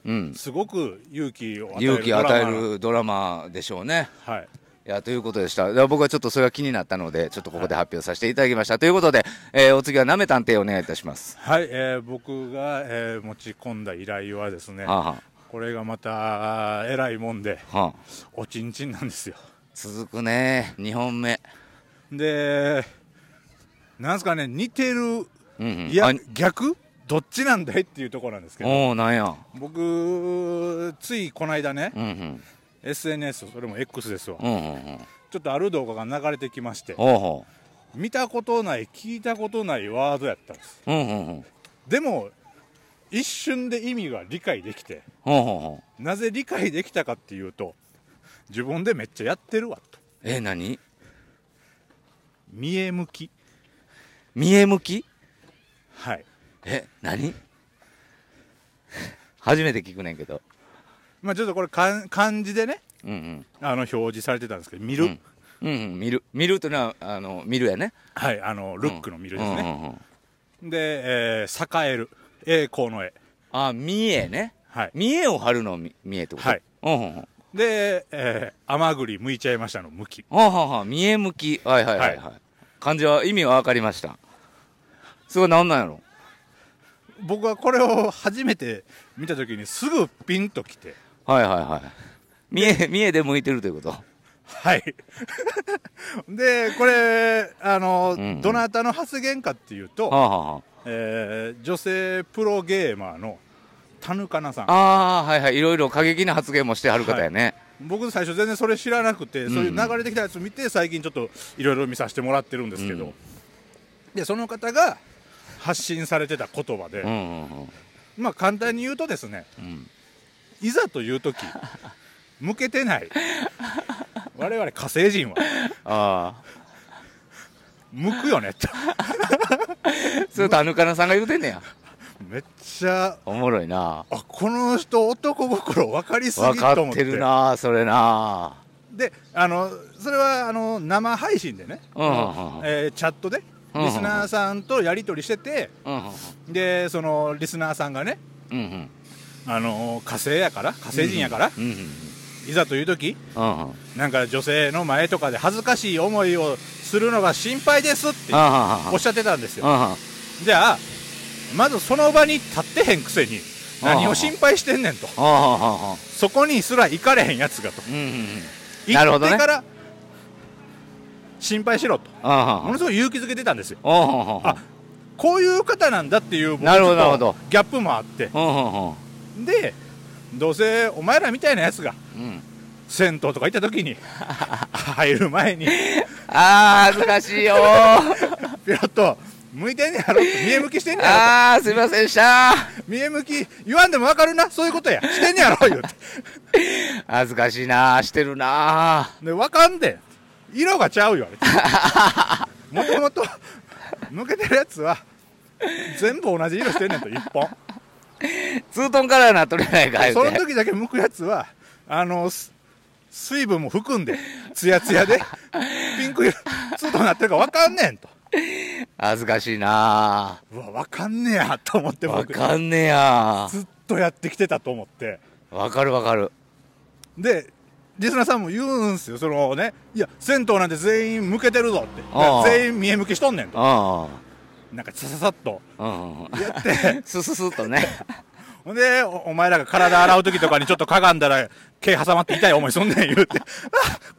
S1: うん
S2: すごく勇気を与える
S1: 勇気を与え
S2: ドラマ
S1: るドラマでしょうね
S2: はい
S1: いやということでしただから僕はちょっとそれが気になったのでちょっとここで発表させていただきました、ということで、えーお次はなめ探偵お願いいたします
S2: はい、えー僕が、えー持ち込んだ依頼はですね、
S1: はあはあ
S2: これがまたえらいもんで
S1: はあ、
S2: おちんちんなんですよ
S1: 続くね2本目
S2: でなんすかね似てる
S1: うんうん
S2: いや
S1: あ
S2: 逆どっちなんだいっていうところなんですけど
S1: おおなんや
S2: 僕ついこの間ね
S1: うんうん
S2: SNS それも X ですわ
S1: うんうんうん
S2: ちょっとある動画が流れてきまして
S1: ほうほ
S2: 見たことない聞いたことないワードやったんです
S1: ううんうんうん
S2: でも一瞬で意味が理解できて
S1: ほうほうほう
S2: なぜ理解できたかっていうと自分でめっちゃやってるわと
S1: え何
S2: 見え向き
S1: 見え向き
S2: はい
S1: え何 初めて聞くねんけど
S2: まあちょっとこれ漢漢字でね
S1: うん
S2: あの表示されてたんですけど見
S1: う
S2: る、
S1: んうんうんうん見る見るというのはあの見るやね
S2: はいあのルックの見るですね、
S1: うんうんうん
S2: で、えー、栄える栄光の絵
S1: あ見えね
S2: はい
S1: 見えを張るの見見えってこと
S2: はい
S1: うんうんうん
S2: で、えー、甘栗剥いちゃいましたの向き
S1: はあ、はあはあ、見え向き。はいはいはい、はい、漢字は意味は分かりました。それは何なんやろ
S2: 僕はこれを初めて見た時にすぐピンときて
S1: はいはいはい。見え、見えで向いてるという こと。
S2: はい でこれあの、
S1: うんうん
S2: どなたの発言かっていう
S1: は
S2: と、
S1: あ、はあは
S2: えー女性プロゲーマーのタヌカナさん
S1: あ、あーはいはい。いろいろ過激な発言もしてはる方やね。
S2: 僕最初全然それ知らなくて、
S1: ん
S2: そういう流れてきたやつ見て最近ちょっといろいろ見させてもらってるんですけど、
S1: うん
S2: でその方が発信されてた言葉で、
S1: うんうんうん。
S2: まあ簡単に言うとですね
S1: うん、
S2: いざという時向けてない我々火星人は
S1: あ
S2: 向くよ ねと
S1: あ。それとあぬかなさんが言うてんねや。
S2: めっちゃ
S1: おもろいな。
S2: あこの人男心分かりすぎ
S1: 分か
S2: と
S1: っ
S2: 思ってて
S1: るな、それな。
S2: であのそれはあの生配信でね、
S1: うんうんうんうん
S2: えーチャットで
S1: うんうん
S2: リスナーさんとやり取りしてて
S1: うんうん
S2: でそのリスナーさんがね
S1: うん。うん
S2: あの火星やから火星人やから、
S1: うん。うん
S2: いざという時
S1: うん。うんうん。
S2: なんか女性の前とかで恥ずかしい思いをするのが心配ですって
S1: あ
S2: おっしゃってたんで
S1: ー
S2: すよ
S1: はは。
S2: じゃあまずその場に立ってへんくせに何を心配してんねんと
S1: あーははは
S2: そこにすら行かれへんやつがと
S1: うんうんうん。なる
S2: 行
S1: ほ
S2: っ
S1: どね
S2: てから心配しろと
S1: あ
S2: ものすごい勇気づけてたんですよ
S1: あ。ああ。
S2: あこういう方なんだっていう僕
S1: なるほど
S2: ちょっ
S1: なる
S2: と
S1: ほ
S2: ギャップもあって
S1: うんうんうん。
S2: でどうせお前らみたいなやつが
S1: うん
S2: 銭湯とか行った時に入る前に
S1: あー恥ずかしいよー
S2: ピロッと向いてんねやろ見え向きしてんねや
S1: あーすいませんでした
S2: ろ見え向き言わんでも分かるなそういうことやしてんねやろ言うて
S1: 恥ずかしいなーしてるな
S2: で分かんで色がちゃうよあれもともと向けてるやつは全部同じ色してんねんと一本
S1: ーツートンカラーなっとれないか言う
S2: その
S1: て
S2: 時だけ向くやつはあのす水分も含んでツヤツ ヤでピンク色ツートンになってるから分かんねんと
S1: 恥ずかしいな
S2: うわ分かんねやと思って
S1: ーわ
S2: 僕
S1: かんねや
S2: ずっとやってきてたと思って
S1: わかるわかる
S2: でリスナーさんも言うんすよそのねいや銭湯なんて全員向けてるぞって
S1: ああ
S2: 全員見え向きしとんねんと
S1: うん
S2: なんかさささっと
S1: うんうん
S2: やって
S1: スススッとね
S2: ほんでお、お前らが体洗う時とかにちょっとかがんだら、毛挟まって痛い思いすんねん言うて、 あ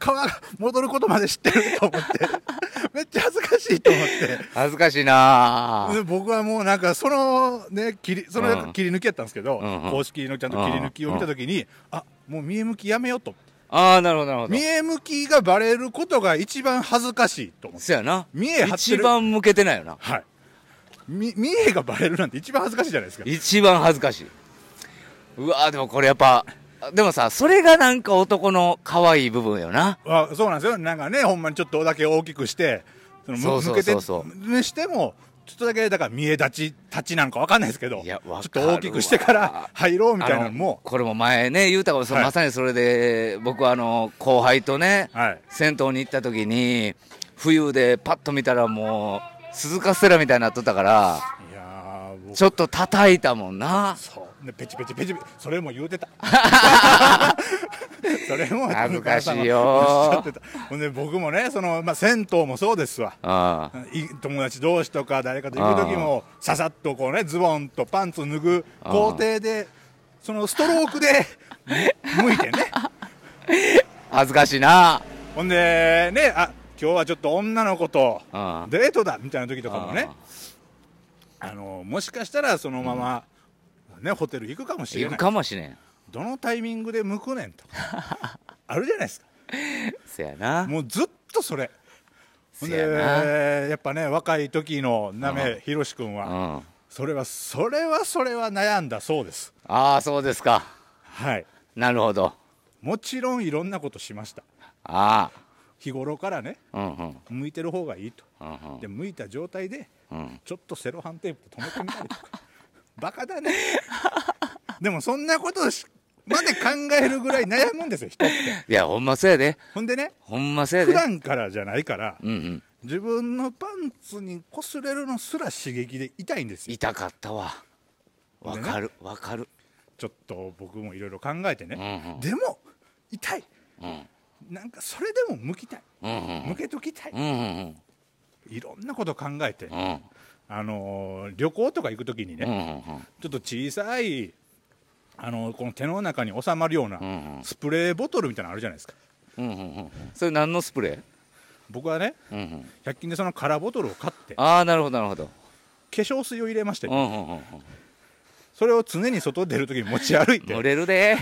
S2: 皮が戻ることまで知ってると思って、 めっちゃ恥ずかしいと思って。
S1: 恥ずかしいな
S2: で
S1: ー
S2: 僕はもうなんかそのね切りその
S1: うん
S2: 切り抜きやったんですけど、
S1: うんうん
S2: 公式のちゃんと切り抜きを見た時に、あもう見え向きやめようと
S1: あーなるほどなるほど
S2: 見え向きがバレることが一番恥ずかしいと思って
S1: そやな
S2: 見え張って
S1: 一
S2: る
S1: 番向けてないよな
S2: はいみ見えがバレるなんて一番恥ずかしいじゃないですか
S1: 一番恥ずかしいうわーでもこれやっぱでもさそれがなんか男の可愛い部分よな
S2: あそうなんですよなんかねほんまにちょっとだけ大きくしてそのむ
S1: そうそう
S2: 向けて
S1: そうそ
S2: にしてもちょっとだけだから見え立ち立ちなんかわかんないですけど
S1: いや
S2: ちょ
S1: わかるわ
S2: っと大きくしてから入ろうみたいなのも
S1: あのこれも前ね言うたことそう
S2: はい
S1: まさにそれで僕はあの後輩とね、
S2: はい
S1: 銭湯に行った時に冬でパッと見たらもう鈴カステラみたいになっとったから
S2: いやー僕
S1: ちょっと叩いたもんな
S2: そうねペチペチペチペチそれも言う てたそれも
S1: 恥ずかしいよ
S2: おっしゃってたほんで僕もねその、まあ、銭湯もそうですわ
S1: ああ
S2: い友達同士とか誰かと行く時もささっとこうねズボンとパンツ脱ぐ工程でそのストロー クで向いてね
S1: 恥ずかしいな。
S2: ほんでねあ今日はちょっと女の子と
S1: うん
S2: デートだみたいな時とかもね
S1: あ
S2: あのもしかしたらそのまま、ね、ホテル行くかもしれ
S1: 行
S2: な
S1: く
S2: い
S1: かもしれん。
S2: どのタイミングで向くねんと あるじゃないですか
S1: せやな。
S2: もうずっとそれほんで
S1: せやな。
S2: やっぱね若い時のなめひろし君
S1: う
S2: は
S1: ん。
S2: それはそれはそれは悩んだそうです
S1: ああ、そうですか。
S2: はい
S1: なるほど。
S2: もちろんいろんなことしました
S1: あ
S2: 日頃からね
S1: あ。うんうん。
S2: 向いてる方がいいと
S1: うん
S2: で向いた状態で
S1: うん。うん。
S2: ちょっとセロハンテープで止めてみたりとか バカだねでもそんなことしまで考えるぐらい悩むんですよ人って
S1: いや、ほんまそうやで。
S2: ほんでね
S1: ほんまそうや
S2: 普
S1: で。
S2: 段からじゃないから
S1: うんうん。
S2: 自分のパンツに擦れるのすら刺激で痛いんですよ
S1: 痛かったわ。わかる、わかる。
S2: ちょっと僕もいろいろ考えて
S1: うん
S2: ね、でも痛い
S1: うん。うん
S2: なんかそれでも向きたい
S1: うんう
S2: 向
S1: ん。
S2: けときたい
S1: うんうん
S2: いろんなこと考えて
S1: うん。うん
S2: あのー旅行とか行く時に
S1: うんう
S2: ね
S1: ん
S2: ちょっと小さいあのーこの手の中に収まるような
S1: うんうん
S2: スプレーボトルみたいなのあるじゃないですか
S1: うんうんうん。それ何のスプレー
S2: 僕はね
S1: うんうん。
S2: 100均でその空ボトルを買って化
S1: ああ、なるほど、なるほど。
S2: 粧水を入れまして
S1: うんうんうんうん。
S2: それを常に外出る時に持ち歩いて
S1: 漏れるで。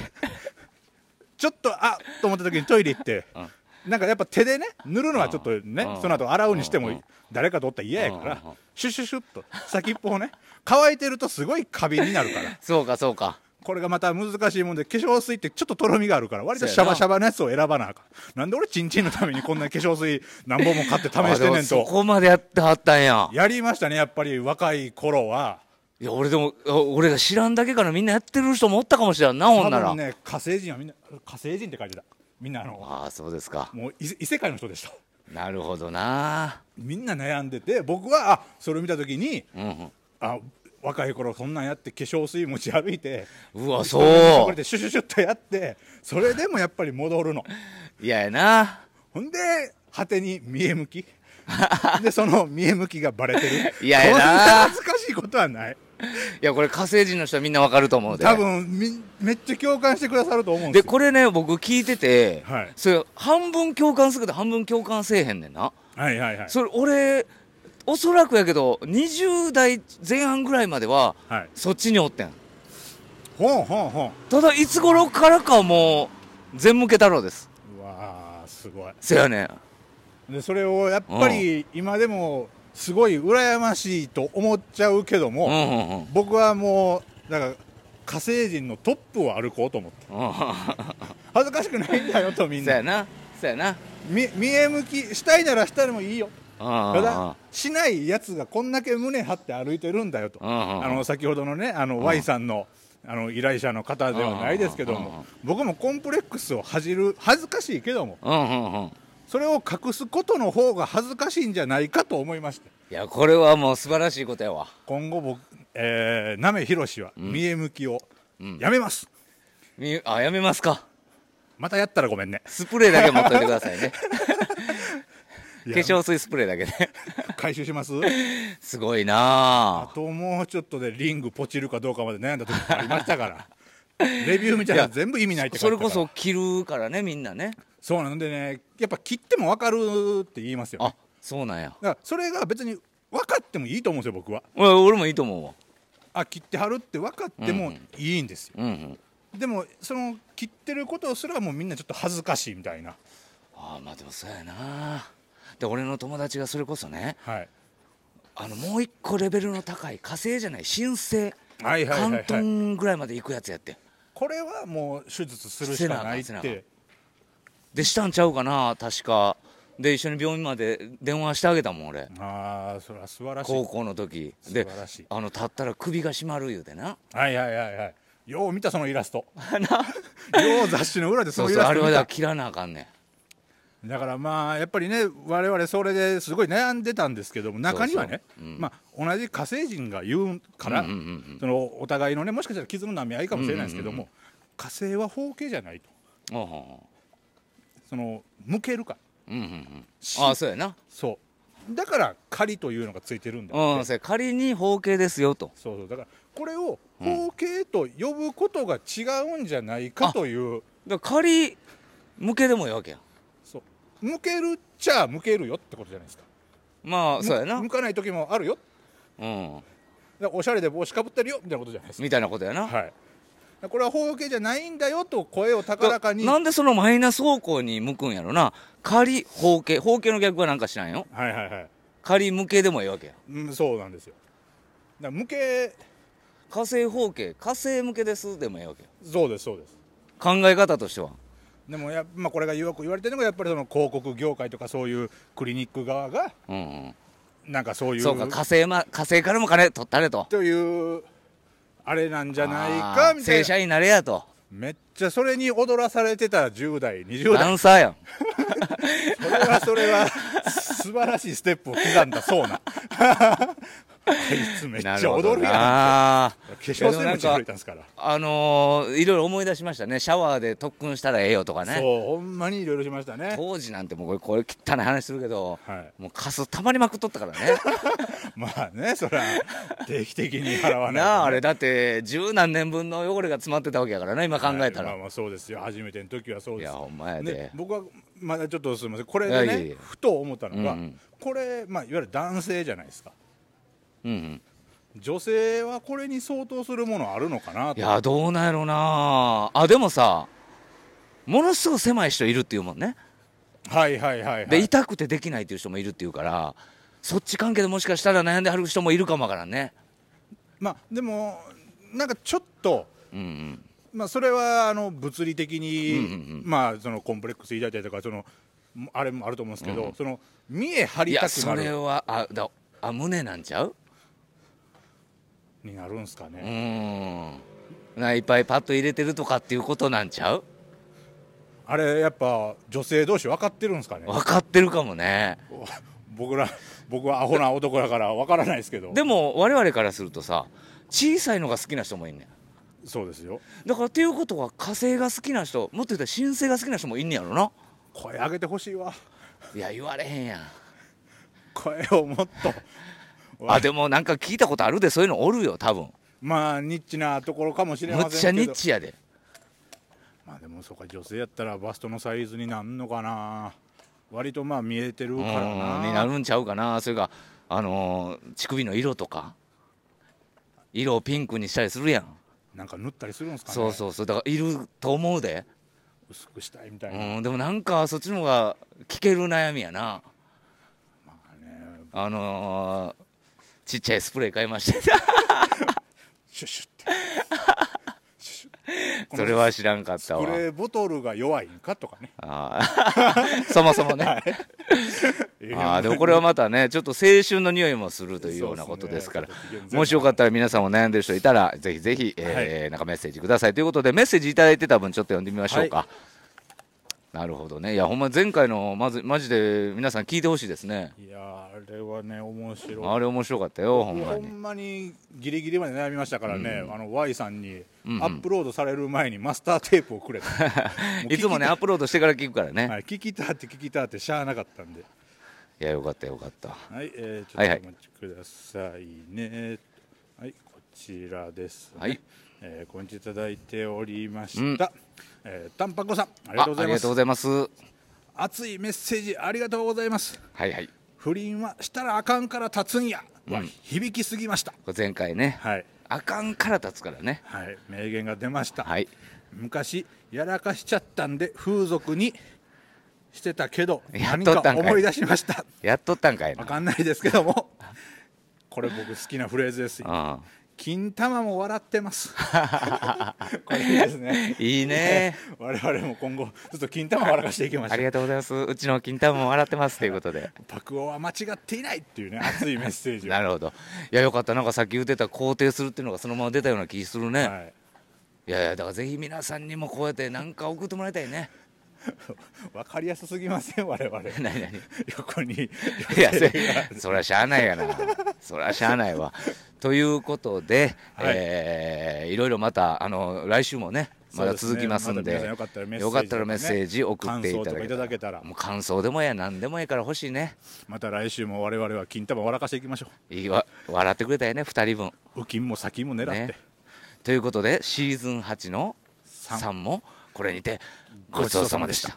S2: ちょっとあっと思った時にトイレ行って
S1: うん
S2: なんかやっぱ手でね塗るのはちょっと
S1: う
S2: ね
S1: ん
S2: その後洗うにしても
S1: うん
S2: 誰かとおったら嫌やか
S1: う
S2: ら
S1: ん
S2: シュシュシュッと先っぽをね乾いてるとすごいカビになるから
S1: そうか、そうか。
S2: これがまた難しいもんで化粧水ってちょっととろみがあるから割とシャバシャバのやつを選ばなあかんなんで俺チンチンのためにこんな化 粧水何本も買って試してん
S1: あで
S2: ね
S1: も
S2: ん
S1: そ
S2: と
S1: こまでやってはったんや。
S2: やりましたねやっぱり若い頃はい
S1: や、俺でも、あ俺が知らんだけからみんなやってる人もおったかもしれんな、ほん
S2: 多
S1: なら。
S2: 分ね火星人はみんな火星人って書いてたみんなあの
S1: ああ、そうですか。
S2: もう異異世界の人でした
S1: なるほどな。
S2: みんな悩んでて僕はあそれを見た時に
S1: うんうん。
S2: あ若い頃そんなんやって化粧水持ち歩いて
S1: うわ、そ
S2: これ
S1: う。
S2: でシュシュシュッとやってそれでもやっぱり戻るの
S1: いややな。
S2: ほんで果てに見え向 きでその見え向きがバレてる
S1: いやええな
S2: こんな恥ずかしいことはない
S1: いや、これ火星人の人はみんなわかると思うで。
S2: 多分みめっちゃ共感してくださると思うんで
S1: で、
S2: すよ
S1: これね、僕聞いてて、
S2: はい
S1: それ、半分共感するけど半分共感せえへんねんな。
S2: はいはいはい
S1: それ、俺、おそらくやけど、20代前半ぐらいまでは、
S2: はい
S1: そっちにおってん。
S2: ほんほんほん
S1: ただ、いつ頃からかはもう、全向け太郎です。
S2: うわーすごい
S1: せやねん。
S2: でそれをやっぱり今でもすごい羨ましいと思っちゃうけど
S1: うん
S2: も、
S1: うんうん。
S2: 僕はもうだから火星人のトップを歩こうと思って
S1: うん
S2: 恥ずかしくないんだよと みん
S1: そう
S2: な
S1: やなそうやな
S2: み見え向きしたいならしたらもいいよただ
S1: あ
S2: しないやつがこんだけ胸張って歩いてるんだよとあの先ほどのねあの Y さんのあの依頼者の方ではないですけど
S1: うんうんうんう
S2: も
S1: ん
S2: 僕もコンプレックスを恥じる恥ずかしいけども
S1: うんうんうん
S2: それを隠すことの方が恥ずかしいんじゃないかと思いまして
S1: いやこれはもう素晴らしいことやわ
S2: 今後僕、えー、なめひろしは見え向きをやめます、
S1: みあやめますか
S2: またやったらごめんね
S1: スプレーだけ持っといてください ね
S2: い
S1: 化
S2: や
S1: 粧水スプレーだけね
S2: 回収します
S1: すごい
S2: あ
S1: なあ
S2: ともうちょっとでリングポチるかどうかまで悩んだ時もありましたからレビュー見たら全部意味ないって書
S1: そ
S2: いて
S1: れ
S2: たか
S1: こ
S2: ら
S1: そ着るからねみんなね
S2: そうなんでねやっぱ切っても分かるって言いますよ、ね、
S1: あそうなんや
S2: だからそれが別に分かってもいいと思うんですよ僕は
S1: おい俺もいいと思うわ
S2: あ切ってはるって分かってもいいんですよ、
S1: うんうん
S2: でもその切ってることすらもうみんなちょっと恥ずかしいみたいな
S1: ああまあでもそうやなで俺の友達がそれこそね
S2: はい
S1: あのもう一個レベルの高い火星じゃない新星
S2: はいはいはいは
S1: 関
S2: い
S1: 東ぐらいまで行くやつやってん
S2: これはもう手術するしかないっ
S1: せなあかんせなあ
S2: て
S1: でしたんちゃうかな確かで一緒に病院まで電話してあげたもん俺
S2: ああそれは素晴らし
S1: 高
S2: い
S1: 校の時
S2: 素晴
S1: で
S2: らしい
S1: あの立ったら首が締まる言うてな
S2: はいはいはいはいよう見たそのイラスト よう雑誌の裏でそ
S1: そう
S2: のイ
S1: そう
S2: ラ
S1: あ
S2: ス
S1: れ
S2: ト
S1: は
S2: 見た
S1: だ切らなあかんねん
S2: だからまあやっぱりね我々それですごい悩んでたんですけども中にはね
S1: そうそううん
S2: まあ、同じ火星人が言うから、
S1: うんうんうん
S2: そのお互いのねもしかしたら傷の舐め合いかもしれないですけども、火星は方形じゃないと
S1: うんほうほ
S2: その向けるか
S1: ううんうんうんああそうやな
S2: そうだから仮というのがついてるんだよね
S1: うん、それ仮に法系ですよと。
S2: そうそうだからこれを包茎と呼ぶことが違うんじゃないかという、
S1: だから仮向けでもいいわけや。
S2: そう向けるっちゃ向けるよってことじゃないですか
S1: まあ、そうやな
S2: む。向かない時もあるよ
S1: うん。
S2: だからおしゃれで帽子かぶってるよみたいなことじゃないですか、
S1: みたいなことやな。
S2: はい、だからこれは包茎じゃないんだよと声を高らかに
S1: な
S2: はい
S1: んでそのマイナス方向に向くんやろな。仮法系。法系の逆はなんかしないよ。
S2: はいはい、
S1: 仮向けでもいいわけや。
S2: うん、そうなんですよだから向け
S1: 火星方形火星向けですでもいいわけよ
S2: そうですそうです
S1: 考え方としては
S2: でもや、まあ、これがよく言われてるのがやっぱりその広告業界とかそういうクリニック側が
S1: うん、
S2: なんかそう
S1: う
S2: い
S1: ん、
S2: う
S1: そうか火星,、ま、火星からも金取ったれと
S2: というあれなんじゃない
S1: あ
S2: か
S1: ー
S2: みたい
S1: 正
S2: な
S1: 社員になれやと
S2: めっちゃそれに踊らされてた10代20
S1: ダ
S2: 代
S1: ンサーやん
S2: それはそれは素晴らしいステップを刻んだそうなあいつめっち
S1: な
S2: ゃ踊るやん
S1: な
S2: 化粧水もちくれたんですから
S1: あのーいろいろ思い出しましたねシャワーで特訓したらええよとかね
S2: そうほんまにいろいろしましたね
S1: 当時なんてもうこれこれ汚い話するけど、
S2: はい
S1: もうカスたまりまくっとったからね
S2: まあねそりゃ定期的に払わないとね
S1: なああれだって十何年分の汚れが詰まってたわけやからね今考えたら、
S2: はいまあまあそうですよ初めての時はそう
S1: い
S2: で
S1: や
S2: す
S1: ほんまやで、
S2: ね、僕はまだちょっとすみませんこれで
S1: いや
S2: ね
S1: いやいや
S2: ふと思ったのが、
S1: うんうん
S2: これ、まあ、いわゆる男性じゃないですか
S1: うんうん
S2: 女性はこれに相当するものあるのかないと
S1: やどうなんやろうなあでもさものすごい狭い人いるっていうもんね
S2: はいはいはいはい
S1: で痛くてできないっていう人もいるっていうからそっち関係でもしかしたら悩んではる人もいるかもわからんね
S2: まあでもなんかちょっと
S1: うん
S2: まあそれはあの物理的
S1: う
S2: に、
S1: んうんうん
S2: まあそのコンプレックス抱いたりとかそのもあれもあると思うんですけど、その見え張
S1: うんい
S2: り
S1: や
S2: たく
S1: そ
S2: な
S1: れ
S2: る
S1: はあだあ胸なんちゃう
S2: になるんですか
S1: う
S2: ね、
S1: んないっぱいパッと入れてるとかっていうことなんちゃう
S2: あれやっぱ女性同士分かってるんですかね
S1: 分かってるかもね
S2: 僕ら僕はアホな男だから分からないですけど
S1: でも我々からするとさ小さいのが好きな人もいんねん
S2: そうですよ
S1: だからっていうことは火星が好きな人もっと言ったら新星が好きな人もいんねやろな
S2: 声上げてほしいわ
S1: いや言われへんやん
S2: 声をもっと
S1: あでもなんか聞いたことあるでそういうのおるよ多分
S2: まあニッチなところかもしれ
S1: む
S2: ま
S1: っち
S2: せ
S1: ゃ
S2: んけ
S1: ニッ
S2: ど
S1: チやで
S2: まあでもそうか女性やったらバストのサイズになんのかな割とまあ見えてる
S1: うん
S2: か
S1: に
S2: らな
S1: なるんちゃうかなそれかあのー乳首の色とか色をピンクにしたりするやん
S2: なんか塗ったりするんですかね
S1: そうそうそうだからいると思うで、
S2: 薄くしたいみた
S1: う
S2: いな、ま
S1: ん、でもなんかそっちの方が聞ける悩みやな
S2: あね
S1: あのーちっちゃいスプレー買いました
S2: シュッシュッてシュッシュッこの
S1: それは知らんかっ
S2: ス
S1: たわ
S2: プレーボトルが弱いんかとかね
S1: あー そもそもね、
S2: いや
S1: あーでもこれはまた ねちょっと青春の匂いもするというようなことですから
S2: そうですねちょっと危険前
S1: もしよかったら皆さんも悩んでる人いたらぜひぜひ、えーなんかメッセージくださいということでメッセージいただいてた分ちょっと読んでみましょうか、
S2: は
S1: なるほどねいやほんま前回のまずマジで皆さん聞いてほしいですね
S2: いやあれはね面白い
S1: あれ面白かったよほんま
S2: ほ
S1: に
S2: んまにギリギリまで悩みましたからね、あの Y さんに
S1: んうん
S2: アップロードされる前にマスターテープを くれたもう聞き
S1: いつもねアップロードしてから聞くからね、
S2: はい、聞きたって聞きたってしゃあなかったんで
S1: い、やよかったよかった
S2: はい、えー、
S1: はい
S2: ちょ
S1: は
S2: っ
S1: い
S2: とお待ちくださいねはい、こちらですね、
S1: はい
S2: えー、こんにちはいただいておりました、えー、たんぱこさんありが
S1: あ
S2: とうご
S1: あ
S2: ざい
S1: り
S2: ま
S1: がと
S2: す
S1: うございます
S2: 熱いメッセージありがとうございます
S1: はいはい
S2: 不倫はしたらあかんから立つんや、は響きすぎました
S1: これ前回ね、
S2: はい
S1: あかんから立つからね
S2: はい名言が出ました、
S1: はい
S2: 昔やらかしちゃったんで風俗にしてたけど
S1: やっ
S2: 何
S1: と
S2: か
S1: ったんかい
S2: 思い出しました
S1: やっとったんかい
S2: わ
S1: な
S2: かんないですけどもこれ僕好きなフレーズですよ
S1: あ
S2: 金玉も笑ってま すこれいいですね
S1: いいね
S2: 我々も今後ちょっと金玉笑かしていきまし
S1: あり
S2: ょう
S1: がとうございます。うちの金玉も笑ってますということで。
S2: 爆音は間違っていないっていうね熱いメッセージ を
S1: なるほど。いや、よかった。なんかさっき言ってた肯定するっていうのがそのまま出たような気するね。
S2: はい、
S1: い、やいや、だからぜひ皆さんにもこうやってなんか送ってもらいたいね。
S2: わかりやすすぎません我々
S1: 何々
S2: 横に
S1: いや、そそりゃしゃあないやな。そりゃしゃあないわ。ということで、
S2: はい
S1: えーいろいろまた、あの、来週もね、まだ続きますんで
S2: そうですねまだ皆さんよかったらメッセージ
S1: よかったらメッセージ送っていただ
S2: 感想とか
S1: け
S2: い
S1: た
S2: た
S1: ら
S2: だけたら
S1: もう感想でもええ何でもええから欲しいね
S2: また来週も我々は金玉笑かしていきましょ
S1: いいわ笑ってくれたよね2人分
S2: う浮きんも先も狙って、
S1: ねということでシーズン8の
S2: 三
S1: 3もこれにてごちそうさまでした